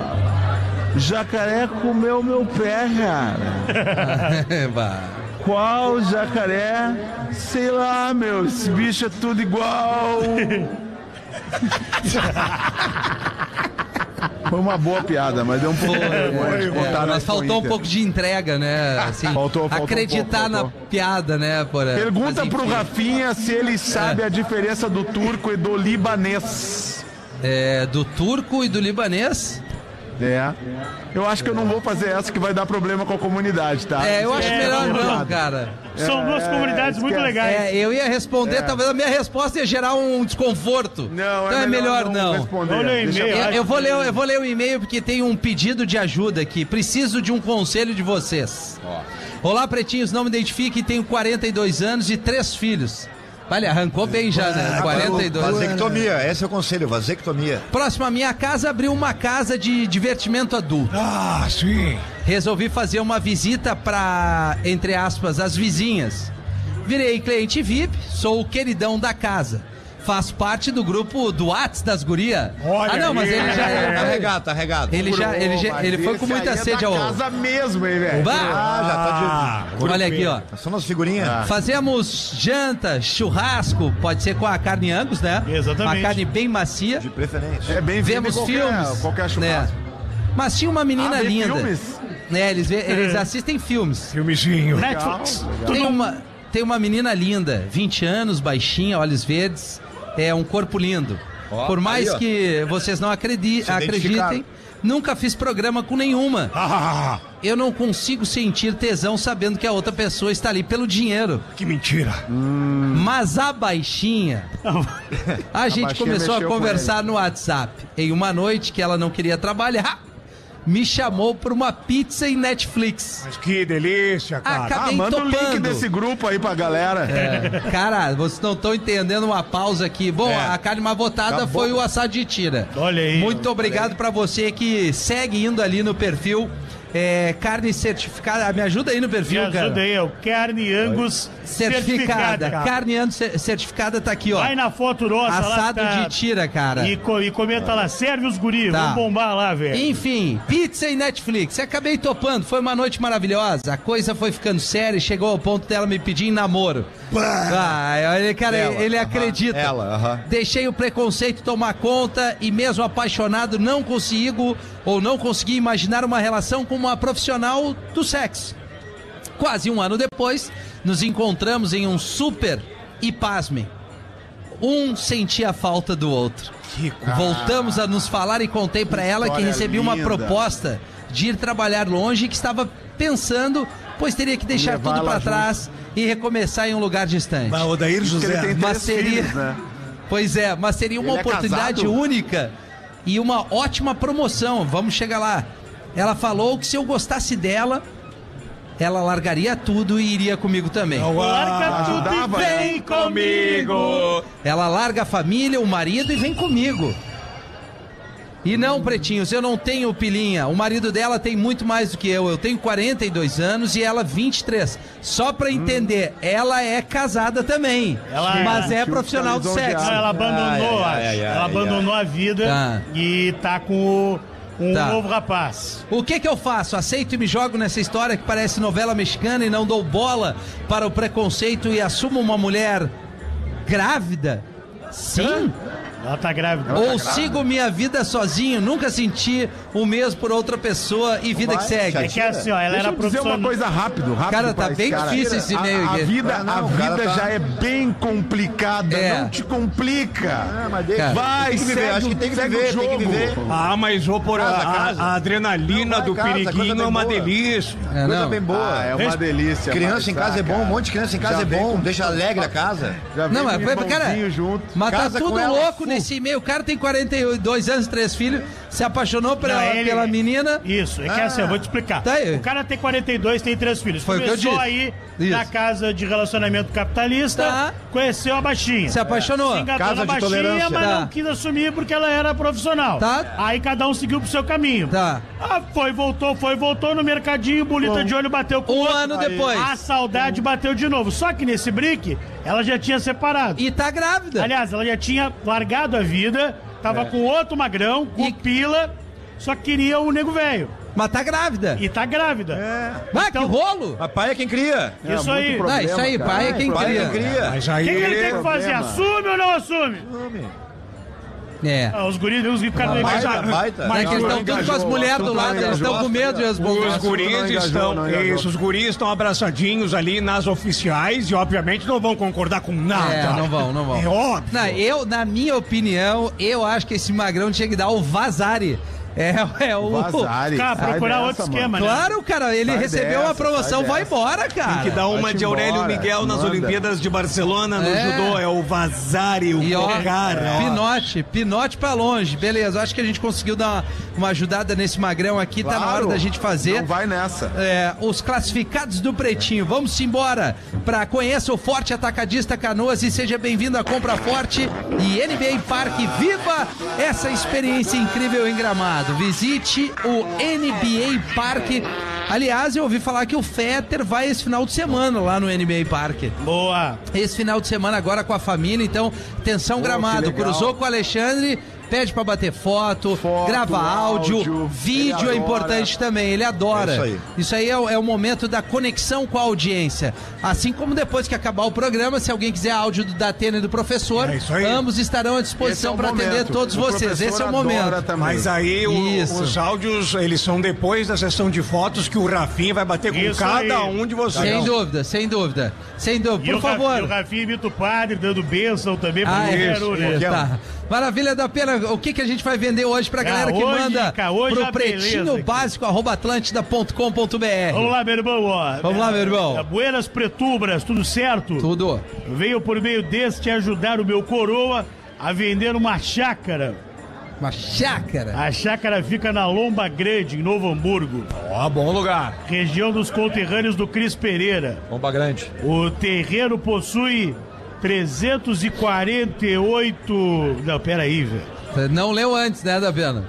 Speaker 4: Jacaré comeu meu pé, cara.
Speaker 2: Bah.
Speaker 4: Qual jacaré? Sei lá, meu, esse bicho é tudo igual. Foi uma boa piada, mas deu um pouco de vergonha de
Speaker 2: É,
Speaker 4: contar na
Speaker 2: mas
Speaker 4: Expo
Speaker 2: faltou um
Speaker 4: Inter.
Speaker 2: pouco de entrega, né? Assim,
Speaker 4: Faltou, faltou um
Speaker 2: acreditar
Speaker 4: pouco,
Speaker 2: na
Speaker 4: faltou.
Speaker 2: piada, né, Porã?
Speaker 4: Pergunta
Speaker 2: Mas,
Speaker 4: pro
Speaker 2: enfim.
Speaker 4: Rafinha se ele sabe a diferença do turco e do libanês.
Speaker 2: É, do turco e do libanês?
Speaker 4: É. Eu acho que eu não vou fazer essa que vai dar problema com a comunidade, tá?
Speaker 2: É, eu acho
Speaker 3: É,
Speaker 2: melhor
Speaker 3: vamos
Speaker 2: não,
Speaker 4: lá.
Speaker 2: cara.
Speaker 3: São duas comunidades muito
Speaker 4: esquece.
Speaker 3: legais.
Speaker 2: É, eu ia responder, talvez a minha resposta ia gerar um desconforto.
Speaker 4: Não,
Speaker 2: então
Speaker 4: é melhor, não.
Speaker 2: não. é
Speaker 4: responder.
Speaker 3: Olha o
Speaker 4: Deixa-
Speaker 3: e-mail.
Speaker 2: Eu,
Speaker 3: Eu acho
Speaker 2: eu vou
Speaker 3: que-
Speaker 2: ler, eu vou ler o e-mail porque tem um pedido de ajuda aqui. Preciso de um conselho de vocês. Olá, pretinhos, não me identifique, tenho 42 anos e três filhos. Olha, arrancou bem já, né? 42 anos.
Speaker 5: Vasectomia, esse é o conselho, vasectomia.
Speaker 2: Próximo à minha casa abriu uma casa de divertimento adulto.
Speaker 6: Ah, sim.
Speaker 2: Resolvi fazer uma visita para, entre aspas, as vizinhas. Virei cliente VIP, sou o queridão da casa. Faço parte do grupo do Whats das Guria.
Speaker 6: Olha
Speaker 2: ah, não, mas
Speaker 6: aí.
Speaker 2: ele já
Speaker 5: Tá
Speaker 2: é.
Speaker 5: regado, tá regado.
Speaker 2: Ele já, ele já, ele foi com
Speaker 4: Esse
Speaker 2: muita
Speaker 4: aí é
Speaker 2: sede
Speaker 4: da
Speaker 2: ao.
Speaker 4: casa mesmo, hein, velho?
Speaker 2: Bah!
Speaker 5: Ah, já tá de...
Speaker 2: Olha aqui, ó. Ah.
Speaker 5: São as figurinhas.
Speaker 4: Ah.
Speaker 2: Fazemos janta, churrasco, pode ser com a carne Angus, né?
Speaker 3: Exatamente.
Speaker 2: Uma carne bem macia.
Speaker 5: De preferência.
Speaker 4: É bem
Speaker 2: Vemos
Speaker 4: filme qualquer-
Speaker 2: filmes.
Speaker 4: Qualquer
Speaker 2: né?
Speaker 4: churrasco.
Speaker 2: Mas tinha uma menina
Speaker 4: Ah, vê
Speaker 2: linda.
Speaker 4: filmes? É.
Speaker 2: Né, eles, vê- eles assistem filmes.
Speaker 6: Filmezinho.
Speaker 3: Netflix. Tu
Speaker 2: Tem
Speaker 3: não-
Speaker 2: uma, tem uma menina linda, 20 anos, baixinha, olhos verdes, é um corpo lindo.
Speaker 5: Ó,
Speaker 2: Por mais
Speaker 5: aí, ó.
Speaker 2: que vocês não acredi- acreditem,
Speaker 5: identificaram.
Speaker 2: nunca fiz programa com nenhuma.
Speaker 6: Ah,
Speaker 2: Eu não consigo sentir tesão sabendo que a outra pessoa está ali pelo dinheiro.
Speaker 6: Ah, que mentira.
Speaker 2: Mas a baixinha, a gente
Speaker 4: baixinha
Speaker 2: começou a
Speaker 4: mexeu com
Speaker 2: conversar no WhatsApp. Em uma noite que ela não queria trabalhar, me chamou pra uma pizza em Netflix.
Speaker 6: Mas que delícia, cara.
Speaker 2: Acabou.
Speaker 4: Ah,
Speaker 2: Bem
Speaker 4: manda o link
Speaker 2: topando.
Speaker 4: desse grupo aí pra galera.
Speaker 2: É. Cara, vocês não estão entendendo uma pausa aqui. Bom,
Speaker 6: É.
Speaker 2: a carne mais votada
Speaker 4: Tá
Speaker 6: Acabou.
Speaker 2: foi o assado de tira.
Speaker 3: Olha aí.
Speaker 2: Muito obrigado pra você que segue indo ali no perfil. é, carne certificada. Me ajuda aí no
Speaker 3: Me
Speaker 2: perfil, cara.
Speaker 3: ajuda aí, é o Carne Angus
Speaker 2: Certificada.
Speaker 3: certificada. cara.
Speaker 2: Carne ano cer- certificada tá aqui, ó.
Speaker 3: Vai na foto nossa
Speaker 2: Assado
Speaker 3: lá. tá-
Speaker 2: de tira, cara.
Speaker 3: E, co- e comenta lá, serve os guris,
Speaker 2: Tá.
Speaker 3: vamos bombar lá, velho.
Speaker 2: Enfim, pizza e Netflix. Acabei topando, foi uma noite maravilhosa. A coisa foi ficando séria e chegou ao ponto dela me pedir em namoro. Ah, ele, cara,
Speaker 5: Ela,
Speaker 2: ele
Speaker 5: aham.
Speaker 2: acredita.
Speaker 5: Ela, aham.
Speaker 2: Deixei o preconceito tomar conta e mesmo apaixonado não consigo ou não consegui imaginar uma relação com uma profissional do sexo. Quase um ano depois, nos encontramos em um super e pasmem. Um sentia a falta do outro.
Speaker 6: Ah,
Speaker 2: Voltamos a nos falar e contei pra ela que
Speaker 4: Ah. história
Speaker 2: recebi uma
Speaker 4: linda.
Speaker 2: proposta de ir trabalhar longe e que estava pensando, pois teria que deixar
Speaker 4: Levar
Speaker 2: tudo
Speaker 4: ela
Speaker 2: pra
Speaker 4: junto.
Speaker 2: trás e recomeçar em um lugar distante.
Speaker 7: Bah, Odair
Speaker 4: Porque ele
Speaker 7: José.
Speaker 4: tem três
Speaker 2: mas seria-
Speaker 4: filhos, né?
Speaker 2: Pois é, mas seria uma
Speaker 4: Ele é
Speaker 2: oportunidade
Speaker 4: casado?
Speaker 2: única e uma ótima promoção. Vamos chegar lá. Ela falou que se eu gostasse dela, ela largaria tudo e iria comigo também.
Speaker 6: ah,
Speaker 3: Larga tudo
Speaker 4: ajudava,
Speaker 3: e
Speaker 4: né?
Speaker 3: vem comigo.
Speaker 2: Ela larga a família, o marido e vem comigo. E
Speaker 4: Hum.
Speaker 2: não, pretinhos, eu não tenho pilinha. O marido dela tem muito mais do que eu. Eu tenho 42 anos e ela 23. Só
Speaker 4: Hum.
Speaker 2: pra entender, ela é casada também.
Speaker 3: Ela-
Speaker 2: mas é
Speaker 4: Tio
Speaker 2: profissional do
Speaker 4: tá lisonjeado.
Speaker 2: sexo.
Speaker 3: Não, Ah, ela abandonou, acho.
Speaker 5: Ai, ai, ai, ai,
Speaker 3: ela
Speaker 5: ai,
Speaker 3: abandonou a vida
Speaker 2: Tá.
Speaker 3: e tá com o- um
Speaker 2: Tá.
Speaker 3: novo rapaz.
Speaker 2: O que que eu faço? Aceito e me jogo nessa história que parece novela mexicana e não dou bola para o preconceito e assumo uma mulher grávida? Sim?
Speaker 3: Ela tá grávida.
Speaker 2: Ou sigo minha vida sozinho, nunca senti o mesmo por outra pessoa e vida que segue.
Speaker 3: É que assim, ó, ela
Speaker 4: Deixa
Speaker 3: era
Speaker 4: eu dizer
Speaker 3: profissional.
Speaker 4: uma coisa rápido, rápido.
Speaker 2: Cara,
Speaker 4: pra
Speaker 2: tá bem difícil esse
Speaker 4: A-
Speaker 2: e-mail
Speaker 4: A,
Speaker 2: aqui.
Speaker 4: vida,
Speaker 5: Ah, não,
Speaker 4: a
Speaker 5: o cara
Speaker 4: vida
Speaker 5: tá-
Speaker 4: já é bem complicada,
Speaker 2: É.
Speaker 4: não te complica.
Speaker 2: Cara,
Speaker 4: Vai,
Speaker 5: É, tem que viver,
Speaker 4: segue,
Speaker 5: acho que tem que
Speaker 4: segue
Speaker 5: viver,
Speaker 4: o
Speaker 5: tem que
Speaker 4: jogo.
Speaker 5: viver.
Speaker 6: Ah, mas vou por
Speaker 5: Casa,
Speaker 6: a, a-
Speaker 5: casa.
Speaker 6: a adrenalina
Speaker 5: Não, vai,
Speaker 6: do
Speaker 5: casa, coisa
Speaker 6: periquinho
Speaker 5: bem
Speaker 6: é uma
Speaker 5: boa.
Speaker 6: delícia.
Speaker 2: É,
Speaker 5: Coisa
Speaker 2: não.
Speaker 5: bem boa.
Speaker 4: Ah, é uma
Speaker 3: Res-
Speaker 4: delícia.
Speaker 5: Criança em casa é bom, um monte de criança em casa
Speaker 4: Já
Speaker 5: é
Speaker 4: vem
Speaker 5: bom.
Speaker 4: com-
Speaker 5: Deixa alegre a casa.
Speaker 4: Já
Speaker 2: Não,
Speaker 4: vem
Speaker 2: mas,
Speaker 4: com
Speaker 2: mas, cara,
Speaker 4: irmãozinho junto.
Speaker 2: mas tá
Speaker 5: Casa com
Speaker 2: tudo
Speaker 5: ela,
Speaker 2: louco
Speaker 5: fu.
Speaker 2: nesse e-mail. O cara tem 42 anos, três filhos, se apaixonou pela,
Speaker 3: Não, ele-
Speaker 2: pela menina.
Speaker 3: Isso, é que assim, eu vou te explicar.
Speaker 2: Tá aí.
Speaker 3: o cara tem 42, tem três filhos.
Speaker 2: Foi o que eu
Speaker 3: Começou
Speaker 2: disse.
Speaker 3: aí
Speaker 2: Isso.
Speaker 3: na casa de relacionamento capitalista,
Speaker 2: Tá.
Speaker 3: conheceu a baixinha.
Speaker 2: Se apaixonou.
Speaker 3: Se engatou
Speaker 5: Casa
Speaker 3: na
Speaker 5: de
Speaker 3: baixinha,
Speaker 5: tolerância.
Speaker 3: mas
Speaker 2: Tá.
Speaker 3: não quis assumir porque ela era profissional.
Speaker 2: Tá.
Speaker 3: Aí cada um seguiu pro seu caminho.
Speaker 2: Tá.
Speaker 3: Ah, foi, voltou, foi, voltou no mercadinho, bolita de olho bateu com o
Speaker 2: Um
Speaker 3: outro.
Speaker 2: ano depois.
Speaker 3: A saudade bateu de novo. Só que nesse brick, ela já tinha separado.
Speaker 2: E tá grávida.
Speaker 3: Aliás, ela já tinha largado a vida, tava com outro magrão, com
Speaker 2: É. E-
Speaker 3: pila, só queria o nego velho.
Speaker 2: Mas tá grávida.
Speaker 3: E tá grávida. É.
Speaker 2: Ah, que rolo!
Speaker 5: Mas pai é quem cria.
Speaker 3: Isso
Speaker 4: muito
Speaker 3: aí.
Speaker 4: problema,
Speaker 2: Ah, isso aí,
Speaker 4: cara.
Speaker 2: pai é quem
Speaker 5: Pai é
Speaker 2: cria.
Speaker 5: quem cria.
Speaker 6: Mas
Speaker 3: O
Speaker 6: aí.
Speaker 3: que, que ele tem que fazer?
Speaker 4: problema.
Speaker 3: Assume ou não assume?
Speaker 2: É.
Speaker 3: Ah, os guris, os guris ficaram
Speaker 5: Mas
Speaker 3: meio
Speaker 5: a baita. então,
Speaker 2: Mas é
Speaker 3: Mas
Speaker 2: que eles estão tudo com as mulheres do lado, eles estão com medo de
Speaker 6: Os
Speaker 2: responder.
Speaker 4: não
Speaker 6: guris
Speaker 4: engajou, não
Speaker 6: estão.
Speaker 4: engajou.
Speaker 6: Isso, os guris estão abraçadinhos ali nas oficiais e, obviamente, não vão concordar com nada.
Speaker 2: É, não vão, não vão.
Speaker 6: É óbvio.
Speaker 2: Na, eu, na minha opinião, eu acho que esse magrão tinha que dar o Vazari. É, é o.
Speaker 4: Vazare,
Speaker 3: Cara,
Speaker 4: sai
Speaker 3: procurar
Speaker 4: dessa,
Speaker 3: outro
Speaker 4: mano.
Speaker 3: esquema, né?
Speaker 2: Claro, cara, ele
Speaker 4: Sai
Speaker 2: recebeu
Speaker 4: dessa,
Speaker 2: uma promoção,
Speaker 4: sai
Speaker 2: vai
Speaker 4: dessa.
Speaker 2: emaora, cara.
Speaker 7: Que dá uma
Speaker 4: Vai-te
Speaker 7: de Aurélio
Speaker 4: embora,
Speaker 7: Miguel nas
Speaker 4: manda.
Speaker 7: Olimpíadas de Barcelona no
Speaker 2: É.
Speaker 7: judô. É o Vazari, o
Speaker 2: E ó, é
Speaker 7: cara.
Speaker 2: pinote, pinote pra longe. Beleza, acho que a gente conseguiu dar uma, uma ajudada nesse magrão aqui. Tá na hora
Speaker 4: Claro.
Speaker 2: da gente fazer.
Speaker 4: Não vai nessa.
Speaker 2: É, os classificados do Pretinho. Vamos embora para conheça o Forte Atacadista Canoas e seja bem-vindo à Compra Forte e NBA Parque. Viva essa experiência incrível em Gramado. Visite o NBA Parque. Aliás, eu ouvi falar que o Fetter vai esse final de semana lá no NBA Parque.
Speaker 3: Boa.
Speaker 2: Esse final de semana agora com a família, então, atenção Gramado.
Speaker 4: legal.
Speaker 2: Cruzou com o Alexandre, pede pra bater foto,
Speaker 4: Foto,
Speaker 2: grava áudio,
Speaker 4: áudio,
Speaker 2: vídeo
Speaker 4: ele
Speaker 2: é
Speaker 4: adora.
Speaker 2: importante também, ele adora.
Speaker 5: É isso aí.
Speaker 2: Isso aí é, o- é o momento da conexão com a audiência. Assim como depois que acabar o programa, se alguém quiser áudio do Datena e do professor,
Speaker 6: É isso aí.
Speaker 2: ambos estarão à disposição
Speaker 4: Esse é
Speaker 2: pra
Speaker 4: o
Speaker 2: atender
Speaker 4: momento.
Speaker 2: todos
Speaker 4: O
Speaker 2: vocês.
Speaker 4: professor
Speaker 2: Esse é o
Speaker 4: adora
Speaker 2: momento.
Speaker 4: também.
Speaker 6: Mas aí o-
Speaker 2: Isso.
Speaker 6: os áudios, eles são depois da sessão de fotos que o Rafinha vai bater com
Speaker 3: Isso
Speaker 6: cada
Speaker 3: aí.
Speaker 6: um de
Speaker 2: Sem
Speaker 6: vocês.
Speaker 2: dúvida, sem dúvida. Sem dúvida.
Speaker 3: E
Speaker 2: Por
Speaker 3: o Rafi-
Speaker 2: favor.
Speaker 3: e o Rafinha imita o padre, dando bênção também pro
Speaker 2: Ah, é.
Speaker 3: Guerreiro, né?
Speaker 2: Tá. Maravilha da pena. O que, que a gente vai vender hoje pra galera que
Speaker 3: hoje,
Speaker 2: manda
Speaker 3: cara, hoje
Speaker 2: pro
Speaker 3: a beleza
Speaker 2: pretinho
Speaker 3: aqui.
Speaker 2: básico arroba atlântida.com.br.
Speaker 3: Vamos lá, meu irmão, ó.
Speaker 2: Vamos lá, meu irmão.
Speaker 3: É, Buenas Pretubras, tudo certo?
Speaker 2: Tudo.
Speaker 3: Veio por meio deste ajudar o meu coroa a vender uma chácara
Speaker 2: Uma chácara.
Speaker 3: A chácara fica na Lomba Grande, em Novo Hamburgo,
Speaker 6: Ó, bom lugar.
Speaker 3: região dos conterrâneos do Cris Pereira.
Speaker 6: Bomba grande.
Speaker 3: O terreno possui 348. Não, peraí, velho.
Speaker 2: Não leu antes, né, Daviana?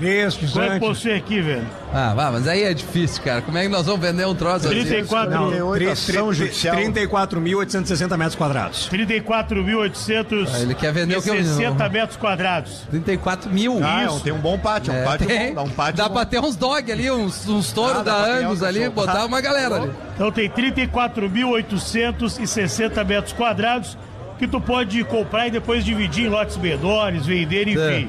Speaker 6: Estes
Speaker 3: Quanto
Speaker 6: antes.
Speaker 3: possui aqui, velho?
Speaker 2: Ah, vá, mas aí é difícil, cara. Como é que nós vamos vender um troço assim?
Speaker 3: 34.
Speaker 5: Oito ação judicial.
Speaker 6: 34.860 metros quadrados.
Speaker 3: 34.800.
Speaker 2: Ah, ele quer vender o que eu-
Speaker 3: 60 metros quadrados.
Speaker 2: 34 mil.
Speaker 5: Ah,
Speaker 3: Isso.
Speaker 5: tem um bom pátio, é um
Speaker 2: É,
Speaker 5: pátio
Speaker 2: tem.
Speaker 5: bom, dá um pátio
Speaker 2: Dá
Speaker 5: bom.
Speaker 2: pra ter uns dog ali, uns, uns touros
Speaker 5: Ah, dá
Speaker 2: da
Speaker 5: pra criar
Speaker 2: Angus
Speaker 5: um
Speaker 2: ali,
Speaker 5: cachorro.
Speaker 2: botar uma galera ali.
Speaker 3: Então tem 34.860 metros quadrados que tu pode comprar e depois dividir em lotes menores, vender, enfim.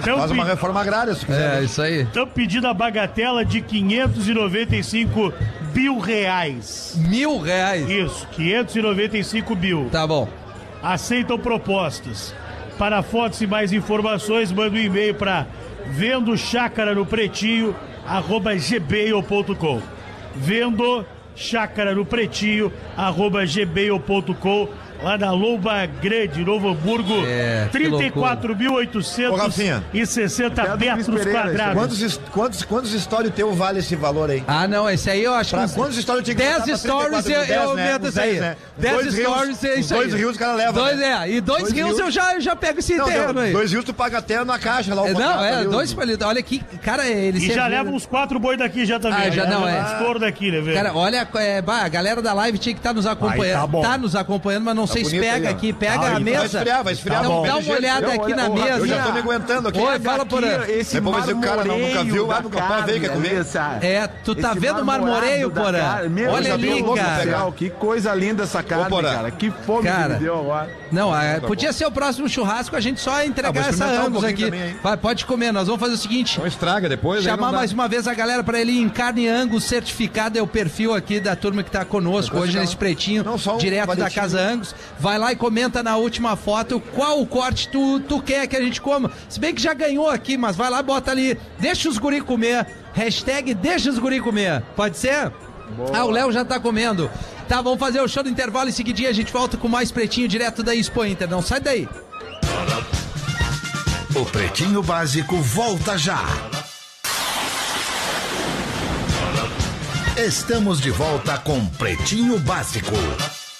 Speaker 3: Então,
Speaker 5: Faz uma
Speaker 3: pe-
Speaker 5: reforma agrária se quiser.
Speaker 2: É, isso aí.
Speaker 3: então pedindo a bagatela de 595 mil reais.
Speaker 2: Mil reais.
Speaker 3: Isso, 595 mil.
Speaker 2: Tá bom.
Speaker 3: Aceitam propostas. Para fotos e mais informações, manda um e-mail para vendo chácara no pretinho, arroba gmail.com. Vendo chácara no pretinho, arroba gmail.com. Lá na Lomba Grande, Novo Hamburgo,
Speaker 2: É, que
Speaker 4: Piada do Cris
Speaker 3: 34.860
Speaker 5: Ô, Rafinha.
Speaker 3: metros
Speaker 4: Pereira,
Speaker 2: É,
Speaker 3: quadrados.
Speaker 5: Quantos, es- quantos, quantos stories teu vale esse valor aí?
Speaker 2: Ah, não, esse aí eu acho
Speaker 5: Pra
Speaker 2: que.
Speaker 5: quantos stories tinha que
Speaker 2: 10
Speaker 5: botar pra
Speaker 2: stories
Speaker 5: 34,
Speaker 2: eu, eu
Speaker 5: uns 10, né?
Speaker 2: aumento
Speaker 5: Uns
Speaker 2: isso aí.
Speaker 5: 10, né? Uns
Speaker 2: 10
Speaker 5: dois rios-
Speaker 2: stories é
Speaker 5: uns
Speaker 2: isso aí.
Speaker 5: dois rios o cara leva,
Speaker 2: Dois,
Speaker 5: né?
Speaker 2: é, e dois,
Speaker 5: Dois
Speaker 2: rios
Speaker 5: rios.
Speaker 2: eu já, já pego esse
Speaker 5: Não,
Speaker 2: terreno
Speaker 5: deu-
Speaker 2: aí.
Speaker 5: dois rios tu paga até na caixa lá o
Speaker 2: É, não,
Speaker 5: contrato
Speaker 2: é,
Speaker 5: ali, um o-
Speaker 2: dois palitos. Olha aqui, cara, ele
Speaker 3: E já
Speaker 2: serviu-
Speaker 5: um
Speaker 3: leva uns quatro boi daqui já
Speaker 2: né?
Speaker 3: também. né?
Speaker 2: Ah, já não,
Speaker 3: leva
Speaker 2: é.
Speaker 3: uns touro daqui, né, velho?
Speaker 2: Cara, olha, é, bah, a galera da live tinha que estar nos
Speaker 6: Aí tá
Speaker 2: acompanhando.
Speaker 6: bom.
Speaker 2: Tá, nos acompanhando, mas não sei se
Speaker 5: Tá bonito
Speaker 2: pega
Speaker 5: aí, ó.
Speaker 2: aqui. Pega a mesa.
Speaker 5: Vai esfriar, vai esfriar.
Speaker 2: Não,
Speaker 5: Tá
Speaker 2: dá
Speaker 5: bom.
Speaker 2: uma olhada
Speaker 4: Eu,
Speaker 2: aqui
Speaker 4: olha,
Speaker 2: na
Speaker 4: ô, Rafa, eu
Speaker 2: mesa.
Speaker 5: Eu já tô me aguentando aqui.
Speaker 2: Oi, fala por aí.
Speaker 4: Esse
Speaker 5: Depois vai dizer que o cara não- nunca viu, vai nunca pá, veio, quer comer.
Speaker 2: É, tu tá vendo o marmoreio, Porã? Olha ali, cara.
Speaker 4: Que coisa linda essa carne,
Speaker 5: Porã.
Speaker 4: cara. Que fome
Speaker 2: Cara.
Speaker 4: que me deu agora.
Speaker 2: Não, ah, podia ser o próximo churrasco, a gente só entregar
Speaker 5: Tá Ah, vou
Speaker 2: essa
Speaker 5: experimentar um
Speaker 2: Angus
Speaker 5: pouquinho
Speaker 2: aqui.
Speaker 5: também, hein?
Speaker 2: Vai, pode comer, nós vamos fazer o seguinte.
Speaker 5: Então estraga depois. aí
Speaker 2: Chamar
Speaker 5: não dá.
Speaker 2: mais uma vez a galera para ele em carne Angus certificado é o perfil aqui da turma que tá conosco
Speaker 5: Depois
Speaker 2: hoje
Speaker 5: fica
Speaker 2: nesse
Speaker 5: lá.
Speaker 2: pretinho,
Speaker 5: Não, só um
Speaker 2: direto da
Speaker 5: palitinho.
Speaker 2: Casa Angus. Vai lá e comenta na última foto qual o corte tu, tu quer que a gente coma. Se bem que já ganhou aqui, mas vai lá, bota ali, deixa os guri comer. Hashtag deixa os guri comer. Pode ser? Ah, o Léo já tá comendo. Tá, vamos fazer o show do intervalo em seguidinha a gente volta com mais pretinho direto da Expo Inter. Não sai daí.
Speaker 1: O Pretinho Básico volta já. Estamos de volta com Pretinho Básico.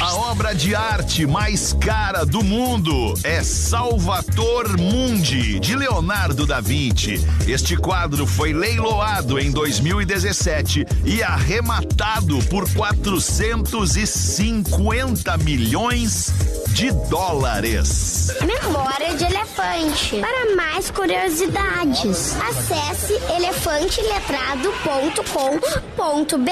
Speaker 1: A obra de arte mais cara do mundo é Salvator Mundi, de Leonardo da Vinci. Este quadro foi leiloado em 2017 e arrematado por 450 milhões de dólares.
Speaker 8: Memória de elefante. Para mais curiosidades, acesse elefanteletrado.com.br.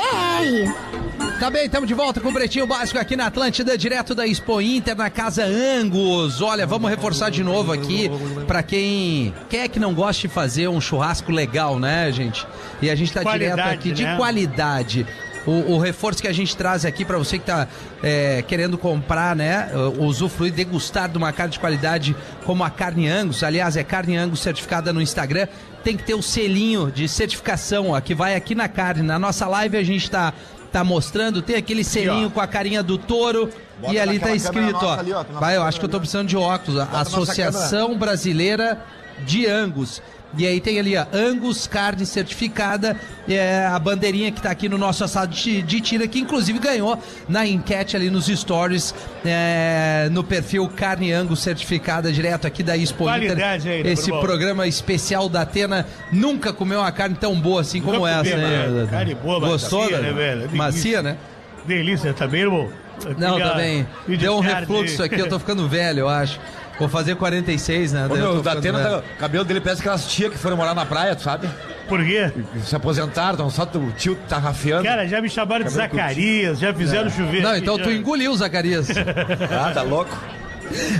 Speaker 2: Tá bem, estamos de volta com o Pretinho Básico aqui na Atlântida, direto da Expo Inter, na Casa Angus. Olha, vamos reforçar de novo aqui pra quem quer que não goste de fazer um churrasco legal, né, gente? E a gente tá direto
Speaker 3: Qualidade,
Speaker 2: aqui de
Speaker 3: né?
Speaker 2: qualidade. O, o reforço que a gente traz aqui pra você que tá é, querendo comprar, né, usufruir, degustar de uma carne de qualidade como a carne Angus. Aliás, é carne Angus certificada no Instagram. Tem que ter o selinho de certificação, ó, que vai aqui na carne. Na nossa live a gente tá tá mostrando, tem aquele selinho com a carinha do touro
Speaker 5: Bota
Speaker 2: e ali
Speaker 5: naquela
Speaker 2: tá
Speaker 5: câmera
Speaker 2: escrito, ó.
Speaker 5: nossa ali, ó, que nossa
Speaker 2: Vai, eu
Speaker 5: câmera
Speaker 2: acho que eu tô
Speaker 5: ali, ó.
Speaker 2: precisando de óculos, ó.
Speaker 5: nossa
Speaker 2: Associação Brasileira de Angus. E aí tem ali, ó, Angus Carne Certificada, é a bandeirinha que tá aqui no nosso assado de, de tira, que inclusive ganhou na enquete ali nos stories, é, no perfil Carne Angus Certificada, direto aqui da Expo
Speaker 3: Qualidade
Speaker 2: Inter.
Speaker 3: aí, né,
Speaker 2: Esse
Speaker 3: Borbão?
Speaker 2: programa especial da Atena nunca comeu uma carne tão boa assim como
Speaker 3: Nunca
Speaker 2: essa,
Speaker 3: comi,
Speaker 2: né?
Speaker 3: mas carne boa, mas
Speaker 2: Gostou,
Speaker 3: macia,
Speaker 2: né?
Speaker 3: né, velho? É delícia.
Speaker 2: Macia, né?
Speaker 3: Delícia também, irmão.
Speaker 2: Não,
Speaker 3: Aquela-
Speaker 2: também.
Speaker 3: de
Speaker 2: Deu um
Speaker 3: carne.
Speaker 2: refluxo aqui, eu tô ficando velho, eu acho. Vou fazer 46, né?
Speaker 5: Ô,
Speaker 2: Daí eu
Speaker 5: meu,
Speaker 2: tô
Speaker 5: o
Speaker 2: ficando
Speaker 5: Datena,
Speaker 2: velho.
Speaker 5: tá- o cabelo dele parece aquelas tias que foram morar na praia, tu sabe?
Speaker 3: Por quê?
Speaker 5: E Se aposentaram, então só o tio tá rafiando.
Speaker 3: Cara, já me chamaram de Zacarias, já fizeram chover.
Speaker 2: Não,
Speaker 3: aqui,
Speaker 2: então
Speaker 3: já.
Speaker 2: tu engoliu, Zacarias.
Speaker 5: Ah, tá louco.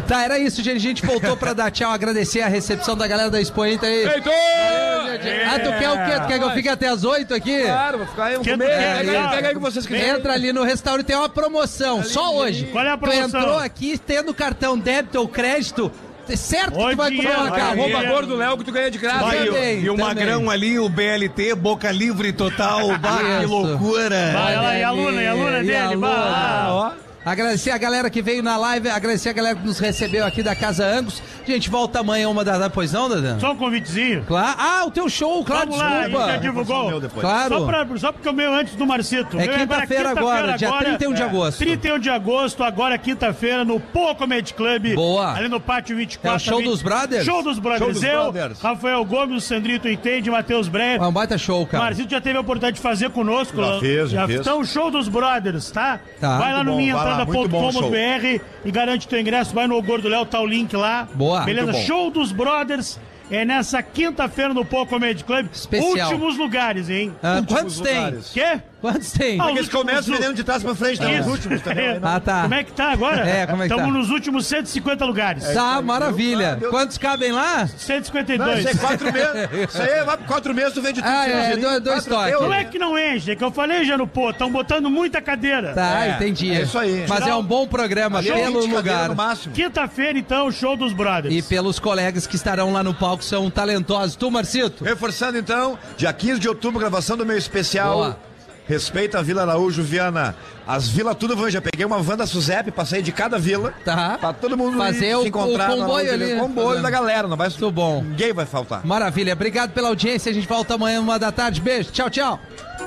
Speaker 2: tá, era isso, gente. A gente voltou pra dar tchau, agradecer a recepção da galera da Expo Inter aí. Ah, tu quer o quê? Tu quer que eu fique até as 8 aqui?
Speaker 5: Claro, vou ficar aí, vou
Speaker 3: Que-
Speaker 5: comer.
Speaker 3: é,
Speaker 5: Pega aí,
Speaker 3: é.
Speaker 5: pega aí o que vocês quiserem.
Speaker 2: Entra ali no restaurante, tem uma promoção, só hoje.
Speaker 3: Qual é a promoção?
Speaker 2: Tu entrou aqui tendo cartão débito ou crédito, é certo que
Speaker 3: Oi,
Speaker 2: tu vai comprar
Speaker 3: dinheiro,
Speaker 2: uma né? carne.
Speaker 3: dinheiro.
Speaker 5: Arroba gordo Léo que tu ganha de graça.
Speaker 2: Vai,
Speaker 7: Aí, ó,
Speaker 2: Também,
Speaker 7: e o
Speaker 2: também.
Speaker 7: Magrão ali, o BLT, boca livre total. Bah, que
Speaker 2: Isso.
Speaker 7: loucura.
Speaker 3: Vai, ela é aluna, é aluna
Speaker 2: E
Speaker 3: dele,
Speaker 2: aluna. ah,
Speaker 3: vai.
Speaker 5: ó.
Speaker 2: Agradecer a galera que veio na live, agradecer a galera que nos recebeu aqui da Casa Angus. Gente, volta amanhã uma da tarde, pois não, Dadan?
Speaker 3: Só um convitezinho.
Speaker 2: Claro. Ah, o teu show, claro,
Speaker 3: Vamos lá, a gente já
Speaker 2: desculpa.
Speaker 3: divulgou.
Speaker 2: Claro.
Speaker 3: Só, pra- só porque o meu é antes do Marcito. O
Speaker 2: É
Speaker 3: meu para
Speaker 2: quinta-feira agora, dia 31 de
Speaker 3: é,
Speaker 2: agosto.
Speaker 3: 31 de agosto, agora quinta-feira, no Pô Comedy Club.
Speaker 2: Boa.
Speaker 3: Ali no Pátio 24.
Speaker 2: É o show dos brothers?
Speaker 3: Show dos Brothers.
Speaker 5: Show dos
Speaker 3: Eu,
Speaker 5: brothers.
Speaker 3: Rafael Gomes, o Sandrito Entende, Matheus Breyer.
Speaker 2: É um baita show,
Speaker 3: O
Speaker 2: cara.
Speaker 3: Marcito já teve a oportunidade de fazer conosco.
Speaker 5: Já
Speaker 3: lá-
Speaker 5: fez, já fez.
Speaker 3: Então, show dos brothers, tá?
Speaker 2: Tá.
Speaker 3: Vai lá no
Speaker 5: Muito bom, vai lá, muito bom o show.
Speaker 3: minhaentrada.com.br e garante teu ingresso. Vai no O Gordo Léo, tá o link lá.
Speaker 2: Boa.
Speaker 3: Beleza?
Speaker 2: Muito bom.
Speaker 3: Show dos brothers. É nessa quinta-feira no Pô Comedy Club.
Speaker 2: Especial.
Speaker 3: Últimos lugares, hein?
Speaker 2: Ah,
Speaker 5: Últimos
Speaker 2: quantos tem?
Speaker 5: lugares.
Speaker 3: Quê?
Speaker 2: Quantos tem?
Speaker 3: Ah,
Speaker 5: Eles começam vendendo de trás pra frente, né? Os
Speaker 3: Isso.
Speaker 5: últimos também. né?
Speaker 2: Ah, tá.
Speaker 3: Como é que tá agora?
Speaker 2: É, como é que
Speaker 3: Estamos
Speaker 2: tá?
Speaker 3: nos últimos 150 lugares.
Speaker 5: É
Speaker 2: Tá, maravilha.
Speaker 5: Deus.
Speaker 2: Quantos cabem lá?
Speaker 3: 152.
Speaker 5: Não, isso é quatro meses. Isso aí, vai por quatro meses, tu vende tudo.
Speaker 2: Ah, é,
Speaker 5: Seringa,
Speaker 2: dois- dois
Speaker 5: quatro
Speaker 2: toques.
Speaker 5: meses.
Speaker 3: Não é que não enche, é que eu falei já no pô, estão botando muita cadeira.
Speaker 2: Tá,
Speaker 5: É,
Speaker 2: entendi.
Speaker 5: é isso aí.
Speaker 2: Mas é um bom programa
Speaker 5: Ali é
Speaker 2: pelo
Speaker 5: 20 cadeiras
Speaker 2: lugar.
Speaker 5: No máximo.
Speaker 3: Quinta-feira, então, show dos brothers.
Speaker 2: E pelos colegas que estarão lá no palco, são talentosos. Tu, Marcito?
Speaker 5: Reforçando então, dia 15 de outubro, gravação do meu especial.
Speaker 2: Boa.
Speaker 5: Respeita a Vila Araújo, Viana. As vilas tudo vão. Já peguei uma van da Suzep, passei de cada vila.
Speaker 2: Tá.
Speaker 5: Pra todo mundo
Speaker 2: Fazer
Speaker 5: ir
Speaker 2: o-
Speaker 5: se encontrar.
Speaker 2: o
Speaker 5: na
Speaker 2: comboio
Speaker 5: Araújo,
Speaker 2: ali,
Speaker 5: O comboio
Speaker 2: fazendo.
Speaker 5: da galera, não vai
Speaker 2: Muito bom.
Speaker 5: Ninguém vai faltar.
Speaker 2: Maravilha. Obrigado pela audiência. A gente volta amanhã, uma da tarde. Beijo. Tchau, tchau.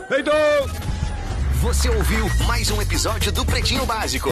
Speaker 5: Feito!
Speaker 9: Você ouviu mais um episódio do Pretinho Básico.